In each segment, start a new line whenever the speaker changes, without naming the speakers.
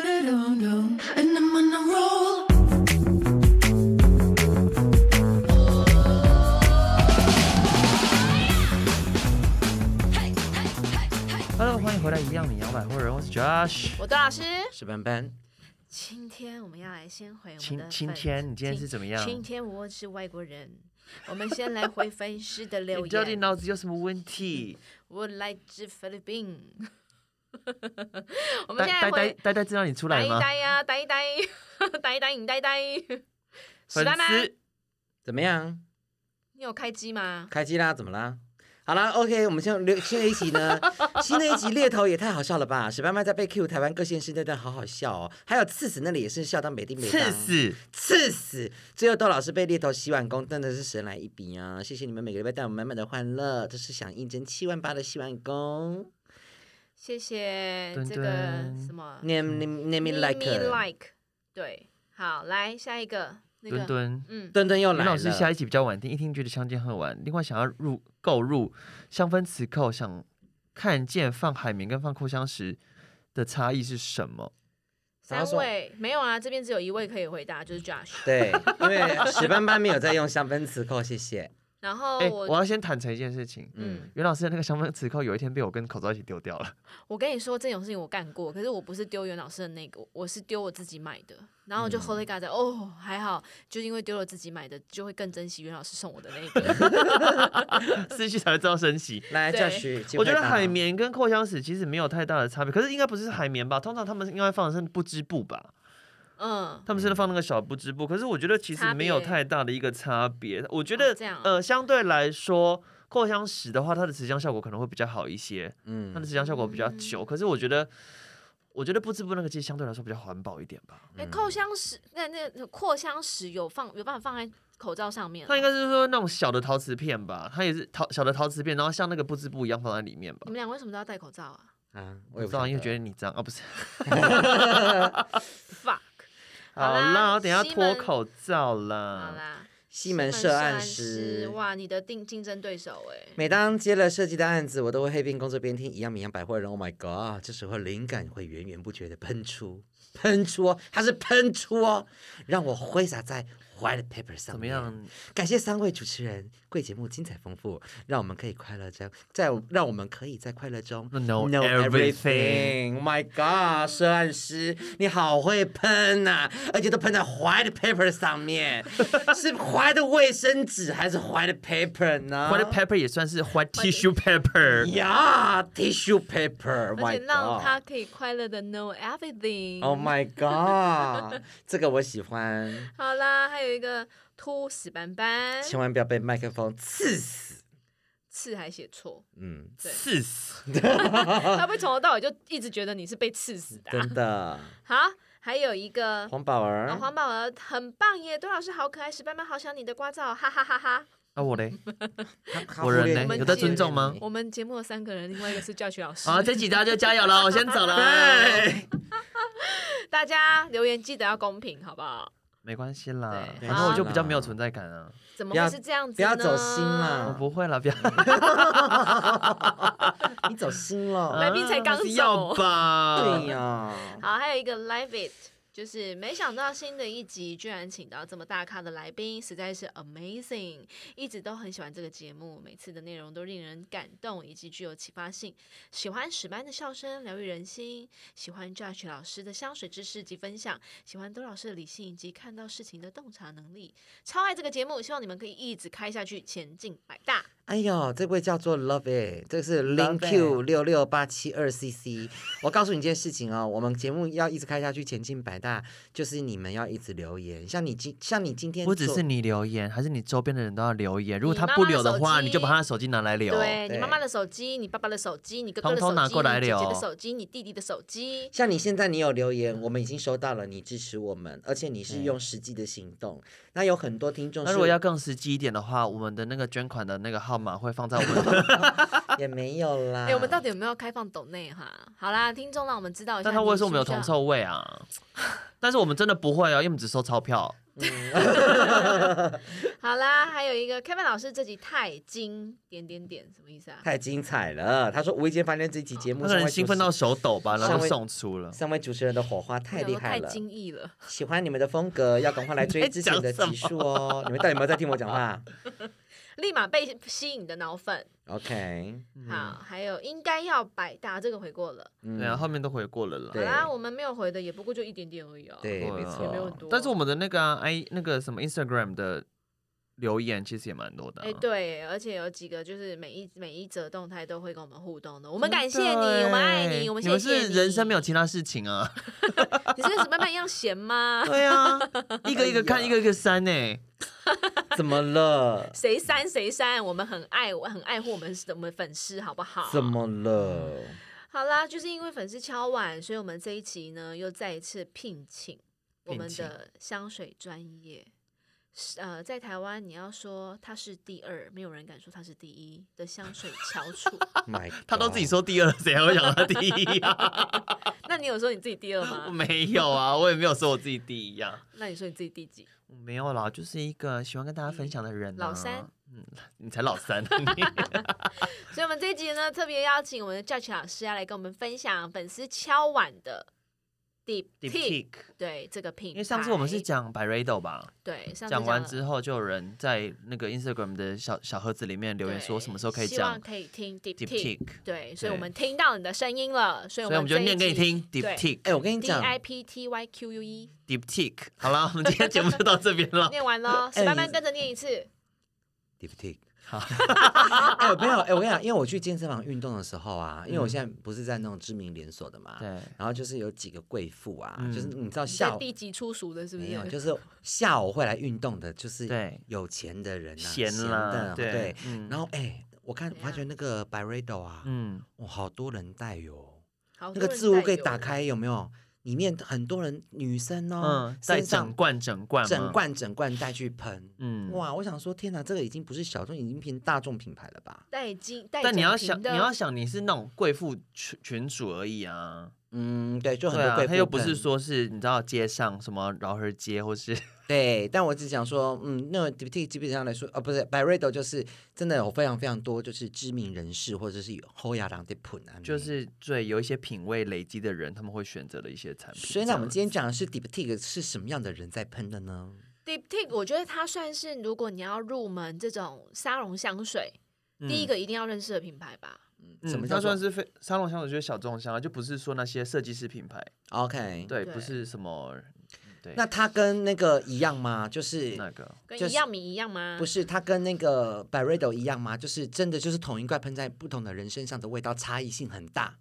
And I'm on a roll.
Hello，欢迎回来，一样米阳百货人，我是 Josh，
我段老师，
是班班。
今天我们要来先回我们
今
的
今
粉
天你今天是怎么样？
今天我是外国人，我们先来回粉丝的留
你到底
言。
脑子有什么问题？
我来自菲律 宾，我们
呆呆
现在
呆
回
呆呆，知道你出
呆
来
一
吗？
呆呀，呆一呆， 呆一呆，你呆呆。史
粉
丹丹，
丝，
怎么样？
你有开机吗？
开机啦？怎么啦？好啦 o k 我们现在新的一集呢，新的一集猎头也太好笑了吧！史班班在被 Q 台湾各县市那段好好笑哦，还有刺死那里也是笑到美丁美当
刺，死！
刺死！最后窦老师被猎头洗碗工真的是神来一笔啊！谢谢你们每个礼拜带我们满满的欢乐，这是想应征七万八的洗碗工。
谢谢
墩
这个
墩
什么
Name name name
Me
it like，
like，对，好，来下一个那
墩
个，
墩，
嗯，
墩墩又
林
来
老师下
了。
一集比较晚听，一听觉得相见恨晚。另外想要入购入香氛磁扣，想看见放海绵跟放扩香石的差异是什么？
三
然后说
位没有啊，这边只有一位可以回答，就是 Josh。
对，因为史班班没有在用香氛磁扣，谢谢。
然后
哎，
哦我、
我要先坦诚一件事情，
嗯，
袁老师的那个香氛磁扣有一天被我跟口罩一起丢 掉了。
我跟你说这种事情我干过，可是我不是丢袁老师的那个，我是丢我自己买的。然后我就 h o l y g 在哦，还好，就因为丢了自己买的，就会更珍惜袁老师送我的那个。
失去才会知道珍惜。
来
对
，Josh，机
我
会
觉得
到了
海绵跟扩香石其实没有太大的差别，可是应该不是海绵吧？通常他们应该放的是不织布吧？
嗯，
他们是放那个小不织布，可是我觉得其实没有
差别
太大的一个差别。我觉得、
哦这样啊
呃，相对来说，扩香石的话，它的持香效果可能会比较好一些，
嗯
它的持香效果比较
嗯
久。可是我觉得，我觉得不织布那个其实相对来说比较环保一点吧。
哎、扩香石那那那扩香石有放有办法放在口罩上面哦？
它应该是说那种小的陶瓷片吧，它也是陶小的陶瓷片，然后像那个不织布一样放在里面吧
你。们俩为什么都要戴口罩啊
啊，我
我
也
知
不
道，
晓
因为
得
觉得你脏啊，不是。
？Fuck！
好
啦
啦，我等一下
西
脱
门
口罩
好
啦。
啦，
西门
社
社案
师
师，
哇，你的竞竞争对手哎、
每当接了设计的案子，我都会黑边工作边听一样米阳百货人。Oh my god！这时候灵感会源源不绝的喷出，喷出哦，它是喷出哦，让我挥洒在 white paper 上。
怎么？样？
感谢三位主持人，贵节目精彩丰富，让我们可以快乐中，在让我们可以在快乐中
Know everything
everything。Oh my god！涉案师，你好会喷呐、而且都喷在 white paper 上 面，是 white 的卫生纸还是 white paper 呢
White pepper 也算是 white tissue pepper。
呀、yeah,，tissue paper，
而
，Oh my
且让
god
他可以快乐的 know everything。
Oh my god，这个我 喜欢，
好啦，还有一个秃死斑斑，
千万不要被麦克风刺死。
刺还写错，
嗯，
对
刺死！
他会从头到尾就一直觉得你是被刺死的啊、
啊 真的，
好，还有一个。
黄宝儿
哦，，黄宝儿很棒耶！段老师好可爱，史斑斑好想你的聒噪，哈哈哈哈！
啊，我 嘞，
他他
我
忽略
人
呢
你
有在尊
重吗
我们节目有三个人，另外一个是教学老师。
啊
好，这几大家就加油了，我先走了。
哎
大家留言记得要公平，好不好？
没关系啦，
对
反正
好
我就比较没有存在感啊。
怎么
不要
会是这样子
不要
呢
走心啦
我不会 啦，不要。
你走心了。
来宾才刚
啊
走
要吧
对？呀、
啊
好，还有一个 Live It，就是没想到新的一集居然请到这么大咖的来宾，实在是 amazing。一直都很喜欢这个节目，每次的内容都令人感动以及具有启发性。喜欢史班的笑声疗愈人心，喜欢 Josh 老师的香水知识及分享，喜欢周老师的理性以及看到事情的洞察能力，超爱这个节目，希望你们可以一直开下去，前进百大。
哎呦，这位叫做 Love It，这是
Love
Lin
It
Q 六六八七二 CC。我告诉你一件事情哦，我们节目要一直开下去，前进百大，就是你们要一直留言。像你今像你今天做，
不只是你留言，还是你周边的人都要留言。如果
你
他
妈
不
妈的
留的
手
话，
机
你就把他的手机拿来留。
对你
对
妈妈的手机，你爸爸的手机，你哥哥的手机，
通通拿过来
你姐姐
了哦
的手机，你弟弟的手机。
像你现在你有留言，我们已经收到了，你支持我们，而且你是用实际的行动。那有很多听众
那
是
如果要更实际一点的话，我们的那个捐款的那个号码会放在我们 的
也没有啦。
哎、我们到底有没有开放抖内哈？好啦，听众让我们知道一下。
但他会说我们有铜？臭味啊，但是我们真的不会哦，因为我们只收钞票。
好啦，还有一个 Kevin 老师这集太精点点点什么意思啊？
太精彩了。他说无意间发现这期节目
他可
上
能
位
兴奋
主
到
持
手抖吧，然
上
后
位
送出了。
三位主持人的火花太厉害
我想说
了
太，精益了。
喜欢你们的风格，要赶快来追
在
之前的
讲什
集数哦。你们到底有没有在听我讲话
立马被吸引的脑粉。
？OK，
嗯
好，还有应该要百搭，这个回过了。
嗯
对啊，后面都回过了啦
好
对。
啦，我们没有回的也不过就一点点而已哦。，
对，
啊
没
也没有很
错，
多。
但是我们的那个啊 i 那个什么 Instagram 的留言其实也蛮多的、啊。
哎，对，而且有几个就是每一每一则动态都会跟我们互动的，我们
真的
感谢你，我们爱
哎
你，我们
们
谢谢
是人生没有其他事情 啊。
你是跟什么一样闲吗？
对啊，一个一个
哎
看，
呀
一个一个删呢、
怎么 了？
谁删谁删，我们很爱，我很爱护我们我们粉丝，好不好？
怎么了？
好啦，就是因为粉丝敲碗，所以我们这一期呢又再一次聘请我们
聘请
的香水专业。是呃，在台湾你要说它是第二，没有人敢说它是第一的香水翘楚。
Oh My，
他都自己
God
说第二了，谁还会想到第一啊？
那你有说你自己第二
我
吗？
没有啊，我也没有说我自己第一 呀、啊。
那你说你自己第几？
我没有啦，就是一个喜欢跟大家分享的人、啊
老三，
嗯， 你才老三，
所以我们这一集呢，特别邀请我们的 Judge 老师要来跟我们分享粉丝敲碗的 Deep
Deep
Tea，
Kick
对这个品牌。
因为上次我们是讲 b y r a d o 吧，
对上次
讲完
了
之后就有人在那个 Instagram 的小小盒子里面留言说
对
什么时候可以
希望
讲
可以听 Deep
Deep
Tea。
Kick，
对，所
对
以我们听到你的声音了，所
所
以我
以
们
我们就念给你听 Deep
对
Kick
哎，我跟你
D
讲，
I P T Y Q U E，
Deep Kick。好了，我们今天节目就到这边了。
念完了，
哎
十
你
班班跟着念一次。
对不对？
好
哎，我没有，哎，我跟你讲，因为我去健身房运动的时候啊，因为我现在不是在那种知名连锁的嘛，
嗯对，
然后就是有几个贵妇啊，
嗯
就是你知道
你
下
在
午
第几出熟的，是不
没有，
是？
就是下午会来运动的，就是
对
有钱的人啊，
闲
的
啦，
对。
嗯
然后哎，我看
怎样
发觉那个 b y r e d o 啊，
嗯，哦
哇，好多人带哟，
好
那
多
个
人
字幕可以
在
打
用，
开有没有？里面很多人女生哦
嗯，，再
身
整
上
罐整罐吗
整，罐整罐带去喷，
嗯，
哇！我想说，天哪，这个已经不是小众，已经变大众品牌了吧？
带金，带
但你
奖
要
品
想，你
的
要想你是那种贵妇群群主而已啊，
嗯，对，就很
对
多
啊
贵，妇
他又不
喷
是说是你知道街上什么饶河街或是
嗯对，但我只想说，嗯，那 DPT 基本上来说，哦，不是 b y r e d o 就是真的有非常非常多就是知名人士或者是有后亚郎的品啊，
就是对有一些品味累积的人，他们会选择的一些产品。
所以呢，我们
这样
今天讲的是 DPT 是什么样的人在喷的呢？
Deep Tea，我觉得它算是如果你要入门这种沙龙香水，第一个一定要认识的品牌吧。
嗯
什么
嗯
叫
它
做
算是非沙龙香水就是小众香啊，就不是说那些设计师品牌，
？OK，
对，
对
不是什么对
那它跟那个一样吗？就是
那个
跟
就
一
是
样米一样吗？
不是它跟那个 b y r e d o 一样吗？就是真的就是同一块喷在不同的人身上的味道差异性很大，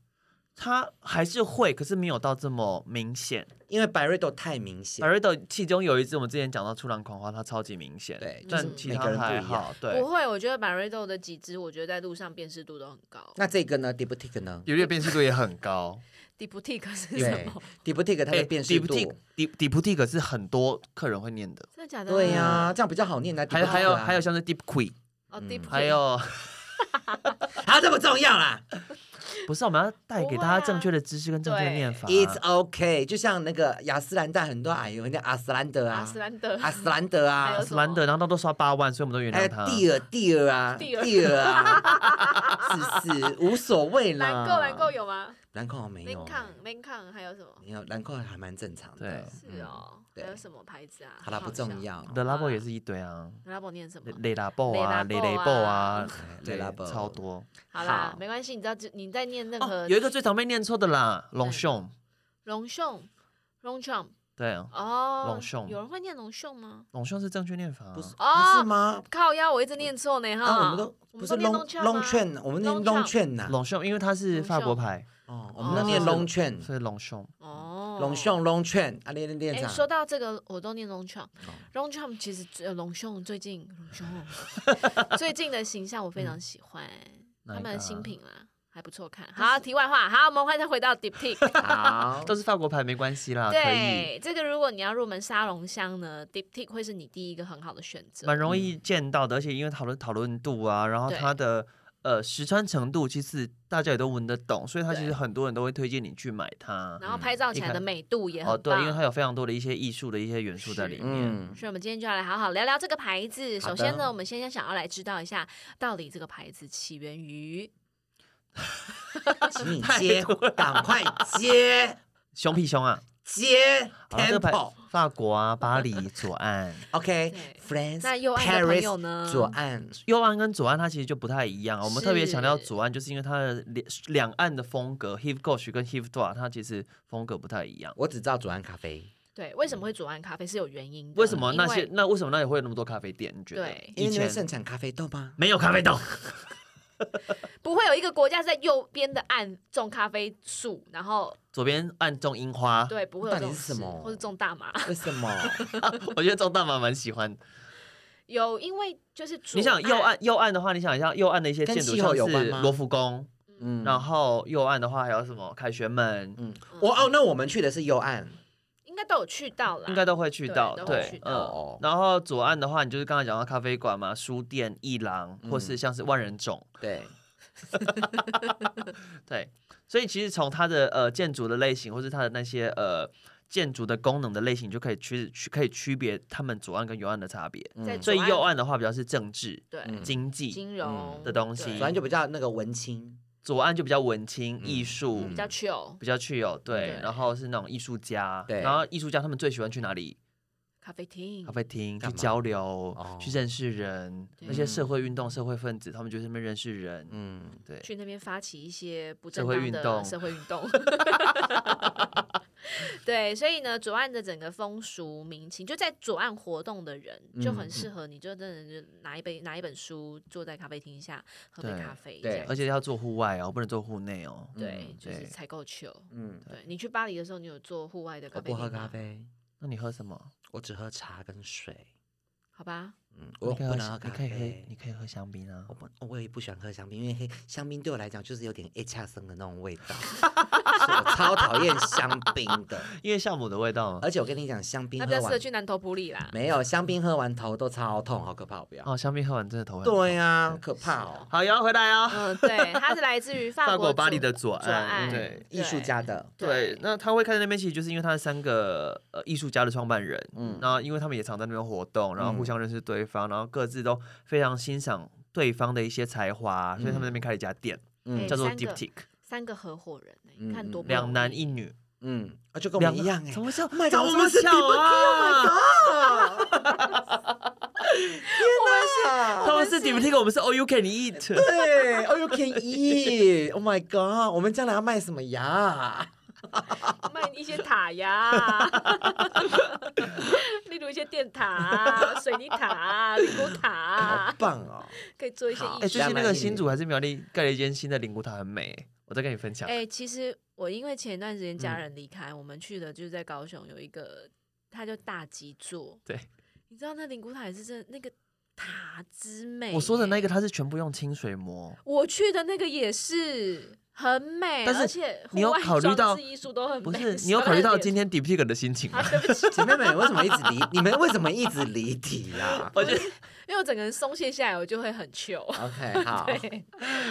它还是会，可是没有到这么明显。
因为 b y r e d o 太明显。
而到其中有一支我们之前讲到《出浪狂花》，它超级明显，
对就是
但其
每
他
个人不
还
一样
好，对
不，会，我觉得 b a r e d o 的几支，我觉得在路上辨识度都很高。
那这个呢，DPT 呢？
有点辨识度也很高。
Deep Tea 是什
对
么？
，DPT 它的辨识度。
底底底普蒂可是很多客人会念的，
真的假的？
对呀、这样比较好念呢。
还有
Diptyque 啊
还有还有像是 Deep Queen，
哦，Deep，Tea
嗯还有
啊，这么重要 啦
不是我们要带给大家正确的知识跟正确的念法。
啊！It's OK，就像那个雅诗兰黛很多矮人家阿斯兰德啊，
阿斯兰德，
阿斯兰德
还有
啊，
斯兰德，然后他都刷八万，所以我们都原
还有
谅他。
蒂尔蒂尔啊，
蒂尔
蒂尔 啊，是不是无所谓啦？
兰蔻，兰蔻，有吗
兰蔻没有，啊
？Mancon Mancon 还有什么？
没有，兰蔻还蛮正常的
对。
是哦，
对
还有什么牌子啊？
好啦，不重要。
The Labo 也是一堆啊，
好笑。拉布念什么？
雷拉 b 啊，
雷
雷
拉
雷
Bo
b
啊
啊，
雷
对
拉 Bo
超多。
好啦
好，
没关系，你知道这你在念任
哦
何，嗯
有一个最常被念错的啦，龙兄，
龙秀、龙秀
对啊，
哦，
龙秀
有人会念龙秀吗？
龙兄是正确念法啊，
不是
哦
不是吗？
靠腰，我一直念错呢
啊，
哈。
我们都不是
念
龙龙
券
券
吗，
我们念
龙
龙券呐。
龙兄，因为它是法国牌，
哦，我们都念
哦
龙券，
所以龙兄。
哦，
龙。券龙券啊，念念念
哎，
啥？
说到这个，我都念龙秀。
哦
龙秀其实呃龙秀最近龙秀 最近的形象我非常喜欢，
嗯
他
哪一
们的
个
新
啊
品啦还不错看。好，题外话，好，我们快再回到 Deep Tea。
好，
都是法国牌没关系啦，啊可以，
对，这个如果你要入门沙龙香呢，Deep Tea 会是你第一个很好的选择。
蛮容易见到的，而且因为讨论讨论度啊，然后
对
它的呃实穿程度，其实大家也都闻得懂，所以它其实
对
很多人都会推荐你去买它。
然后拍照起来的美度也
嗯哦，
很
对，
棒。
因为它有非常多的一些艺术的一些元素在里面。
嗯，
所以，我们今天就要来好好聊聊这个牌子。
好
首
的
先呢，我们先先想要来知道一下，到底这个牌子起源于
请 你
太
接
多，
赶快接
凶屁凶啊！
接
好了，这个牌
tempo。
法国啊，巴黎左 岸、
对
OK，France，
那右岸的朋友呢
Paris，左岸
右岸跟左岸它其实就不太一样。我们特别强调
是
左岸，就是因为它的两两岸的风格 h i p g o s h 跟 h i p d o a 它其实风格不太一样。
我只知道左岸咖啡，
对，为什么会左岸咖啡是有原嗯因的？
嗯为什么那些
因为
那为什么那里会有那么多咖啡店？你觉得
对？
因
以
为那
前
边盛产咖啡豆吗？
没有咖啡豆，
不会有一个国家是在右边的岸种咖啡树，然后
左边暗种樱花。
对不会有这种
到底是
事
什么
或是种大麻？
为什么？
我觉得种大麻蛮喜欢的。
有，因为就是左
你想右
岸
岸右岸的话，你想一下右岸的一些
跟
建筑，
气候
像
有关
是
吗
罗浮宫，
嗯
然后右岸的话还有什么凯旋门，
嗯，我哦，那我们去的是右岸，
应该都有去到啦，
应该都会去
对
到，
都会去
对，
到
嗯
哦。
然后左岸的话，你就是刚才讲到咖啡馆嘛、书店、艺廊，
嗯
或是像是万人冢，
对，
对。所以其实从它的呃建筑的类型，或是它的那些呃建筑的功能的类型，你就可以区区可以区别他们左岸跟右岸的差别。
在
嗯
所以
左岸
右岸的话比较是政治、
对
嗯
经济，
金融
的东西
对
左岸就比较那个文青，
左岸就比较文青、艺
嗯
术，
嗯
比较 chill
比较去有对
对，
然后是那种艺术家，
对
然后艺术家他们最喜欢去哪里？
咖啡厅
咖，啡厅去
干嘛
交流，去
哦
认识人，
对
那些社会运动、社会分子，他们就在那边认识人，
嗯，
对，
去那边发起一些不
社
正
会
当
运
的
动
社会运动。 对，所以呢，左岸的整个风俗民情，就在左岸活动的人就很
嗯
适合你，就真的就拿一杯拿一本书，坐在咖啡厅下喝杯
对
咖啡，
对
这样
而且要做户外哦，不能做户内哦。
对，
嗯
就是
对
采购球。
嗯，
对你去巴黎的时候，你有做户外的咖
我
啡厅
不
吗？
喝哦咖啡，
那你喝什么？
我只喝茶跟水，
好吧，
嗯，
你
我
哦可以喝
不能
香
喝咖
你可以喝
啡，，
你可以喝香槟啊
我。不，我也不喜欢喝香槟，因为黑香槟对我来讲就是有点 A 恰生的那种味道，所以我超讨厌香槟的。
因为酵母的味道嘛。
而且我跟你讲，香槟
那比
喝
较适合
完
去南头普里啦。
没有香槟喝完头都超痛，好可怕，我不要。
哦，香槟喝完真的头很痛。啊
对呀，可怕哦。
好哟，回来哦。
嗯，对，它是来自于法
法
国
国巴黎
左
的左
左岸
岸，对。
艺术家的，
对，那他会开在那边，其实就是因为他是三个呃艺术家的创办人，嗯
嗯，
那因为他们也常在那边活动，然后互
嗯
相认识对方，然后各自都非常欣赏对方的一些才华，所以他们那边开了一家店，
嗯
嗯
叫做
三个
Diptic，
三个合伙人呢，你
嗯
看多
嗯
不容
两男
易
一女，
嗯，啊，就跟我
两
们
个
一样哎
怎。么叫？
Oh my
怎
god，
么
我
这
们
么
是 d i
巧
p t i
啊？
Oh my god！
他们是 Diptic，我们是 All You Can Eat。
对，Oh you can eat，Oh my god！我们将来要卖什么
啊哦
呀？
卖一些塔呀， 例如一些电塔啊、水泥塔啊、灵骨塔
好
啊，
棒哦！
可以做一些
好
艺
哎，
术。
最近那
两
个
男一
新
女
竹还是苗栗盖了一间新的灵骨塔，很美，我再跟你分享。
哎、其实我因为前段时间
嗯
家人离开，我们去的就是在高雄有一个，它叫大吉座。
对，
你知道那灵骨塔也是真的那个塔之美耶。
我说的那个，它是全部用清水膜，
我去的那个也是很美，
但是
而且户
你有
外
考虑到
装置艺术都很美。
不是？ 你有考虑到今天 Diptic 的心情
啊
吗？？
对不起，
姐妹们为什么一直离？你们为什么一直离题啊呀、
我觉得
因为我整个人松懈下来，我就会很糗。
o k 好，
对，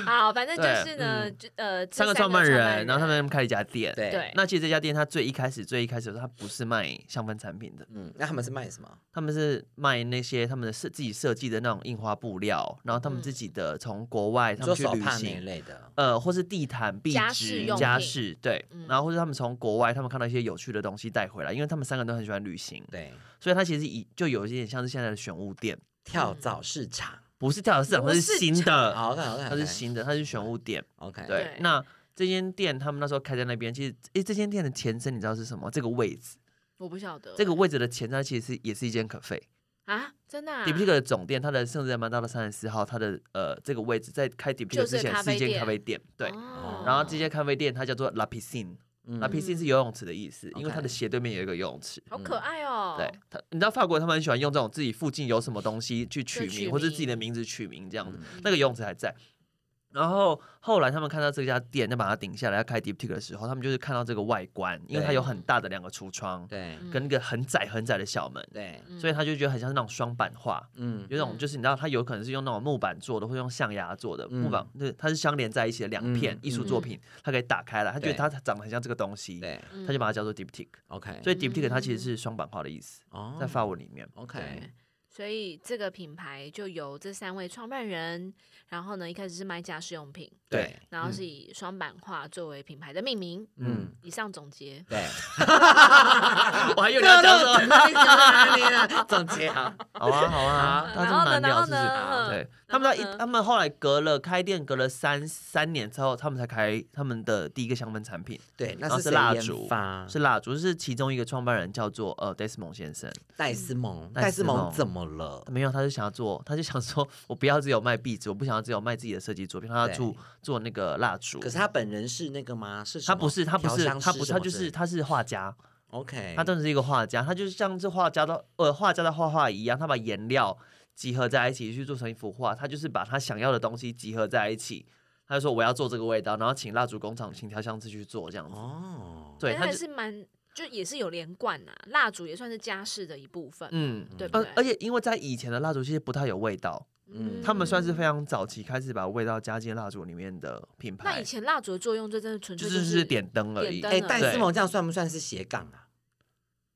好，反正就
对嗯
是呢，就呃，这
三个创办
办
人，然后他们开了一家店。
对
对
那其实这家店它最一开始最一开始的时候，它不是卖香氛产品的，
嗯，那他们是卖什么？
他们是卖那些他们的设自己设计的那种印花布料，然后他们自
嗯
己的从国外他
做
们去
手
旅
帕那一
行。
类的，
呃，或是地毯、壁
家饰
纸
用、
家
品
饰，对，
嗯
然后或是他们从国外，他们看到一些有趣的东西带回来，因为他们三个都很喜欢旅行，
对，
所以它其实以就有一点像是现在的选物店，
跳蚤市场。
不是跳蚤市场，
不
它是
是
新的，
好，OK，好，
嗯它是新的，它是选物店。
，OK，
对，
对
那这间店他们那时候开在那边，其实诶，这间店的前身你知道是什么？这个位置，
我不晓得
这个位置的前身其实是也是一间 cafe。
啊，真的啊
d i p t i c 的总店，它的圣日耳曼大道三十四号，它的呃这个位置在开 d i p t i
就
c
是
之前
咖
是
啡
一间
店
咖啡店，对。
哦
然后这间咖啡店它叫做 La Piscine，La
嗯
Piscine 是游泳池的意思，因为
OK
它的斜对面有一个游泳池。
好可爱哦，
嗯对，他，你知道法国他们很喜欢用这种自己附近有什么东西去取
取
名，或是自己
名嗯
的名字取名这样子。那个游泳池还在，然后后来他们看到这家店，要把它顶下来，要开 d e e p t i c 的时候，他们就是看到这个外观，因为它
对
有很大的两个橱窗
对
嗯
跟一个很窄很窄的小门，
对，
所以他就觉得很像是那种双版画，
嗯
有一种
嗯
就是你知道，它有可能是用那种木板做的，或者用象牙做的，木
嗯
板对，它是相连在一起的两片
嗯
艺术
嗯
作品，它可以打开来，他觉得
对
它长得很像这个东西，
对
他就把它叫做 d e e p t i c
，OK，
所以 d e e p t i c 它其
嗯
实是双版画的意思，
哦
在法文里面。
OK，
所以这个品牌就由这三位创办人，然后呢，一开始是卖家饰用品，
对，
然后是以双版画作为品牌的命名。
嗯，
以上总结，
对，
我还以为你要讲什么？
么？总结好，
好啊，好啊，大家
然
这么
后呢，
难
然
聊
后
是不是？
呢，
对
嗯，
他们在
然
一，
后呢
他们后来隔了开店，隔了三三年之后，他们才开他们的第一个香氛产品，
对，
然
那
后
是谁
哦蜡
研
烛
发，
是蜡烛，是其中一个创办人叫做呃 Desmond 先生，
戴斯蒙，
嗯戴
戴斯
斯
蒙
蒙
怎么了？
没有，他就想要做， 他就想说，我不要只有卖壁纸，我不想要只有卖自己的设计作品，他要
对
做做那个蜡烛
可。是他本人是那个吗？是什
他
么
不是，他不
调
是，
香
他
师
不是，
什
他
么
就
之
是
类的
他是画家，
OK，
他真的是一个画家，他就像是画家的呃画家的画画一样，他把颜料集合在一起去做成一幅画，他就是把他想要的东西集合在一起。他就说我要做这个味道，然后请蜡烛工厂、请调香师去做这样子。
哦，
对，
但
他
还
就是
蛮就也是有连贯呐、蜡烛也算是家饰的一部分，
嗯，
对不
而
对？
而且因为在以前的蜡烛其实不太有味道，
嗯
他们算是非常早期开始把味道加进蜡烛里面的品
那
牌
以，前蜡烛的作用，就真的纯
就
粹
是
是
是点灯而已
点。灯
哎，
真的
戴斯
对
蒙这样算不算是斜杠啊？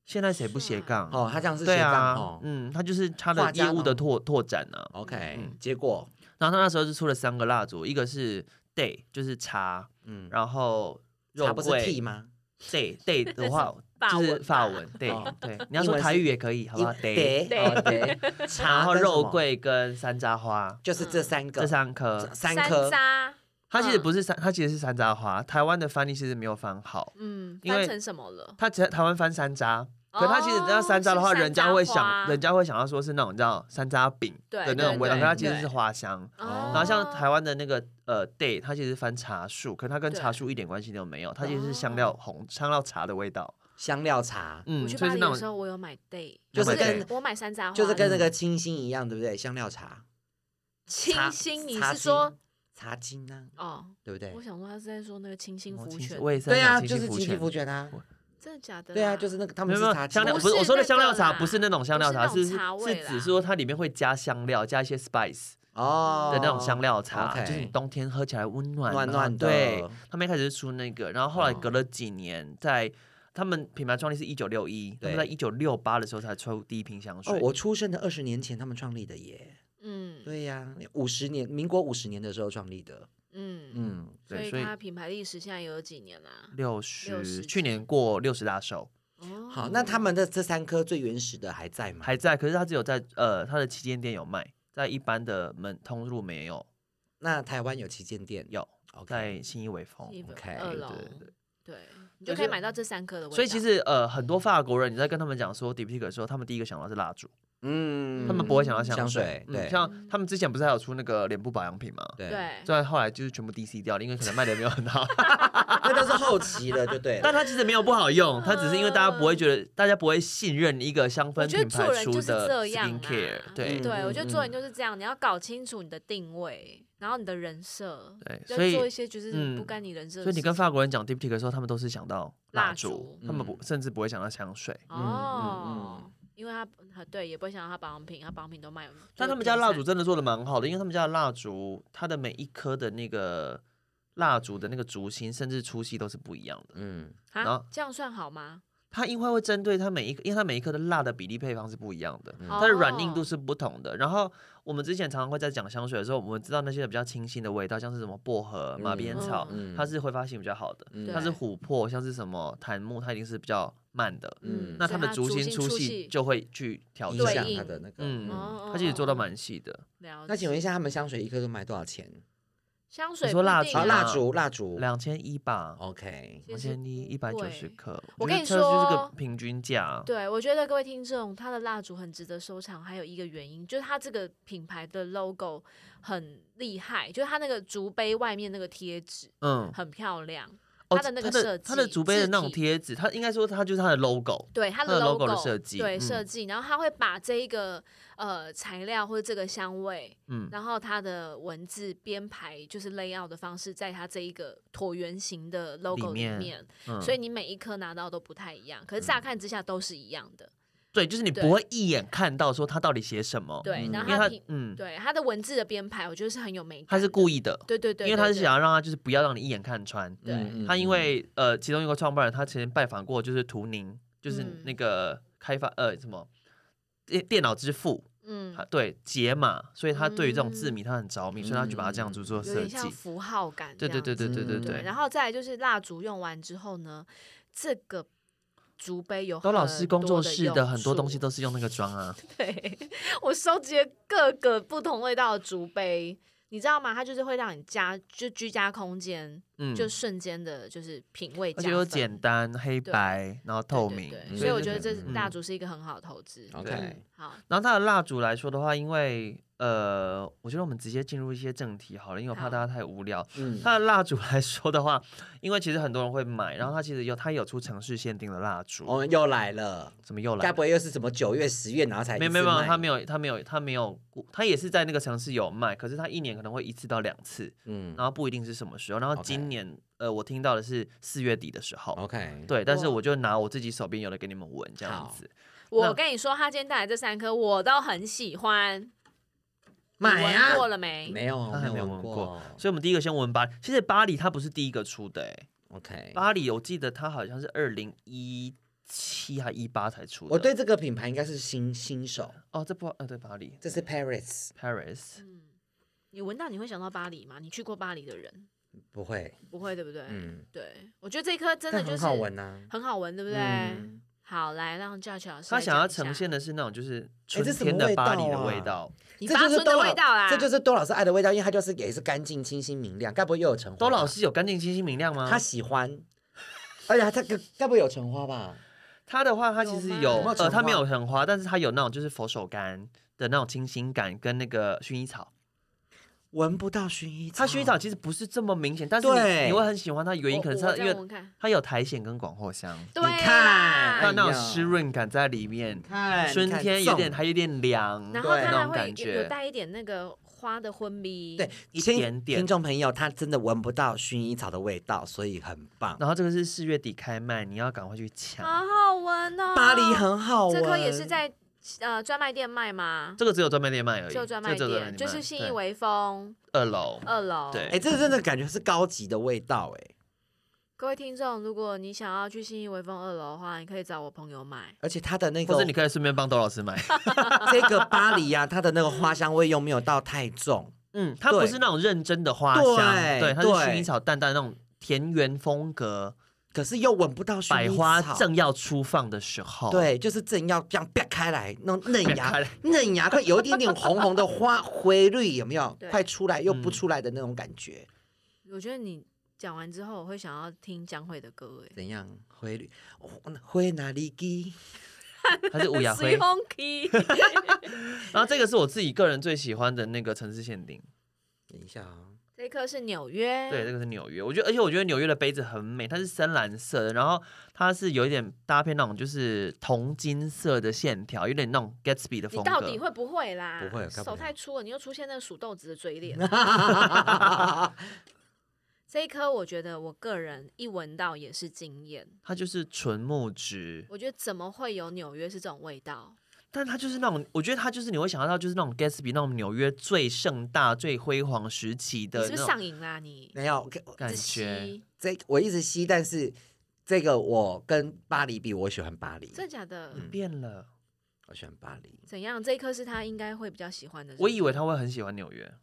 现在谁不斜杠？
哦，他这样是斜
嗯对
杠
啊
哦，。
嗯，他就是他
画
的
家
业务
呢
的拓拓展呢、啊。
OK，
嗯
结果
然后他那时候是出了三个蜡烛，一个是 day 就是茶，
嗯，
然后肉
他不是 T
桂
吗？
day day 的话
法
就
文
是
吧
法文 day
哦
对， 你要
英
说
文
台
是
语也可以，好不好？day，
对 对，
然
茶
后
跟什
肉
么
桂跟山楂花
就是这三个，
这三颗
这，
三
三颗
渣，
它其实
嗯
不是山，它其实是山楂花。台湾的翻译其实没有翻好，
嗯，
因
翻
为
成什么了？
它只台湾翻山楂。可它其实
哦
叫山楂的话，
是山楂
人家会想，
花
人家会想要说是那种叫山楂饼
对
的那种
对
味道，可
对
它其实
对
是花香。
哦
然后像台湾的那个呃 day，它其实翻茶树，可它跟
对
茶树一点关系都没有，它其实
哦
是香料红香料茶的味道。
香料茶，
嗯，
我去
所
巴
以是
黎
那
的时
种
候，我有买 day，
就是跟
我买山楂花，
就是跟那个
嗯
清新一样，对不对？香料茶，
清新，你
茶
是说
精茶精呢？
哦？
啊对不对
我？想说他是在说那个清新
哦
福
清
泉，
我也是在
对
想
啊，
清
就
新
是
福
集体
泉
福泉啊，
真的假的啦？
对啊，就是那个他
没有
们是
没有
茶精
香料，
啊，
不是
不
我
是
说的
那
香料
个
茶，
啦
不是那种香
不
料
是
茶，
那种
是
茶味
是
啦
指说它里面会加香料，加一些 spice
哦
的那种香料茶，
OK
就是你冬天喝起来温暖
暖
然后
暖的
对，他们一开始是出那个，然后后来
哦
隔了几年，在他们品牌创立是一九六一，他
对
们在一九六八的时候才出第一瓶香
哦
水，。
我出生的二十年前他们创立的耶，
嗯
对呀、五十年，民国五十年的时候创立的，
嗯嗯，
嗯，
所
对
以
所以
它品牌历史现在有几年啦？
六
60
十，去年过六十大寿，
哦
好，那他们的这三颗最原始的还在吗？
还在，可是它只有在呃它的旗舰店有卖，在一般的门通路没有，
那台湾有旗舰店
有
，OK，
在新义威风。
一本
OK，
二
对
楼
哦对对，
对，你就
就
可以
是
买到这三颗的味道。
所以其实呃，很多法国人你在跟他们讲说 d e e p i c 的时候，他们第一个想到是蜡烛，
嗯
他们不会想到香
香
水嗯
水。对
像他们之前不是还有出那个脸部保养品吗？
对，
对，
虽然后来就是全部 DC 掉了，因为可能卖的没有很 好，
那都是后期了，就对
但
了。
它其实没有不好用，它只是因为大家不会觉得，大家不会信任一个香
嗯我
氛
觉得
品
做
牌
人
出
就是
的
这样啊
skincare，
啦。
对
对，我
嗯
觉得做人
嗯
就是这样，你要搞清楚你的定位，然后你的人设，
对，
要
所以
做一些就是不
嗯
干你人设的事情。
所以你跟法国人讲 d e e p t i c 的时候，他们都是想到
蜡
蜡烛，
烛
他们不
嗯
甚至不会想到香水。
哦，
嗯
因为他呃对也不会想到他保养品，他保养品都卖有。
但他们家蜡烛真的做的蛮好的，因为他们家的蜡烛，它的每一颗的那个蜡烛的那个烛芯，甚至粗细都是不一样的。
嗯，
啊，
然后
这样算好吗？
它因为会针对它每一个，因为它每一颗的蜡的比例配方是不一样的，它的
哦
软硬度嗯是不同的。然后我们之前常常会在讲香水的时候，我们知道那些比较清新的味道，像是什么薄荷、马鞭草，
嗯
它是挥发性比较好的。
嗯
对
像是琥珀，像是什么檀木，它一定是比较慢的。
嗯
那它
所以
的
它
竹
竹
心
心
粗
粗
细
细
就会去调
影
对
整。
响
应
它的那个，嗯，
嗯
哦，
它其
哦
实做到
哦
蛮细的，
了解。
那请问一下，他们香水一颗都卖多少钱？
香水
你说
不
蜡
定
烛
好，
啊
蜡烛，蜡烛
两千一吧，
，OK，
其
两
实
千一一百九十
哦贵
克。
我
觉
跟
得
你
这就是
说
个平均价。
对，我觉得各位听众，它的蜡烛很值得收藏，还有一个原因就是它这个品牌的 logo 很厉害，就是它那个竹杯外面那个贴纸
嗯，
很漂亮，
哦，
它的那个设计，
它的竹杯的那种
字体
贴纸，它应该说它就是它的 logo。
对它
它的 logo
logo
的设计
对
嗯
设计，然后它会把这一个呃材料或者这个香味，
嗯，
然后它的文字编排就是 layout 的方式，在它这一个椭圆形的 logo 里
面
面，
嗯
所以你每一颗拿到都不太一样，可是乍看之下都是一样的。
对，就是你
对
不会一眼看到说它到底写什么。
对，
嗯
因
然后
为
它
它
平
哦嗯，
对它的文字的编排，我觉得是很有美感的。
它是故意的，
对对对，
因为他
对
是想要让他就是不要让你一眼看穿。
对
嗯
他因为呃，其中一个创办人，他之前拜访过就是图宁，就是
嗯
那个开发呃什么电电脑之父，
嗯
他，对解码，所以他对于这种字
嗯
谜他很着迷，所以他就把它这样子做
有
设
点
计。
像符号感这
对
样
对
子。
对对对对
嗯
对。
然后再来就是蜡烛用完之后呢，这个竹杯有
高老
很
师工作
多
室
的
的很多
用
东西
处
都是用那个装 啊，
对我收集了各个不同味道的竹杯，你知道吗？它就是会让你家就居家空间
嗯，
就瞬间的就是品味加
而
分，
且又简单、黑
对
白，然后
对
透
对
明
对，
嗯
所以我
就
觉得
是
这
嗯
蜡烛是一个很好的投资。
OK
嗯好，
然后它的蜡烛来说的话，因为呃，我觉得我们直接进入一些正题好了，因为我怕
好
大家太无聊。
嗯，
它的蜡烛来说的话， 因为其实很多人会买，然后它其实有它有出城市限定的蜡烛，
我们又来了，
怎么又来
该
了？
不会又是什么九月、十月然后才
没有没有没有，它没
有，
有它没有它没有，它也是在那个城市有卖，可是它一年可能会一次到两次，
嗯
然后不一定是什么时候。然后
OK 哦
今年呃，我听到的是四月底的时候，
，OK，
对，但是
哇
我就拿我自己手边有的给你们闻这样
好
子。那
嗯
我跟你说，他今天带来这三颗我都很喜欢，你
买啊
闻，过了没？
没有，
他还没有
闻
闻过所以我们第一个先闻巴黎，其实巴黎它不是第一个出的、
哎
欸，
，OK，
巴黎我记得它好像是二零一七还一八才出的。
我哦对这个品牌应该是新新手，
哦，这不呃对巴黎，
这是 Paris，
Paris，
嗯，你闻到你会想到巴黎吗？你去过巴黎的人
不会，
不会对不对？
嗯，
对，我觉得这一颗真的
但
就是
很好闻呐，
很好闻，对不对？
嗯
好，来让 Judge 老师
他
来
想
讲
要
一下
呈现的是那种就是
哎这
春
什么
天的
味
巴
道
黎的
啊
味道。
你
这
发
就是
春
多
的
老
味道啦，
这就是多老师爱的味道，因为它就是也是干净、清新、明亮，该不会又有橙花吧？
都老师有干净、清新、明亮吗？
他喜欢，而且他该该不会有橙花吧？
它的话，它其
有
实
吗
有
有没有
呃，它
橙
没有
花
很花，但是它有那种就是佛手柑的那种清新感跟那个薰衣草。
闻不到薰衣
它
草，
薰衣草其实不是这么明显，但是你
哦对
你会很喜欢它，原因
我
可能是
我
它
这
因
样
为
闻看，
它有苔藓跟广藿香，
对
看
啦
它有那种
哎呀
湿润感在里面。
看
春天有点
还
还有点凉，
然后
对
它
那
还
种
会
感
有有
觉。
带一点那个花的昏迷，
对，
一
亲
点点
听众朋友，他真的闻不到薰衣草的味道，所以很棒。
然后这个是四月底开卖，你要赶快去抢。
好好闻哦。
巴黎很好闻，
这颗也是在呃专卖店卖吗？
这个只有专卖店卖而已，
就专卖
这个只有
店，就
卖
是信义
对
微嗯风
二楼。
二楼。
对
哎，这个真的感觉是高级的味道哎，
各位听众，如果你想要去信义微风二楼的话，你可以找我朋友买。
而且它的那
或者
个
你可以顺便帮窦老师买，
这个巴黎呀，它的那个花香味又没有到太重，
嗯，它
对
不是那种认真的花香，
对
对，它是
对
薰衣草淡淡那种田园风格，
可是又闻不到薰
百
衣
花
草。
正要初放的时候，，
对，就是正要这样掰开来，那种嫩
掰开
芽
来，
嫩芽快有一点点红红的花灰绿，有没有
对？
快出来又不
嗯
出来的那种感觉，
我觉得你讲完之后，我会想要听江蕙的歌，哎，
怎样？灰绿，哦灰哪里鸡？
它是 五芽灰
随。风 key，
然后这个是我自己个人最喜欢的那个城市限定，
等一下啊、
这颗是纽约，
对，这个是纽约，我觉得，而且我觉得纽约的杯子很美，它是深蓝色的，然后它是有一点搭配那种就是铜金色的线条，有点那种 Gatsby 的
你
风
到底
格。
会不会啦？
不会该不
手
会
太粗了，你又出现那个数豆子的 嘴脸。
哦，
这一颗我觉得我个人一闻到也是惊艳，
它就是纯木质，
我觉得怎么会有纽约是这种味道？
但它就是那种，我觉得它就是你会想象到就是那种 Gatsby 那种纽约最盛大、最辉煌时期
你
的
是不
那
是
种
上瘾啦你？
没有，我
感
自
觉。
吸，
这我一直吸，但是这个我跟巴黎比，我喜欢巴黎，
真的假的？
嗯
变了，
我喜欢巴黎。
怎样？这一颗是他应该会比较喜欢的。
我以为他
会，
会很喜欢纽约，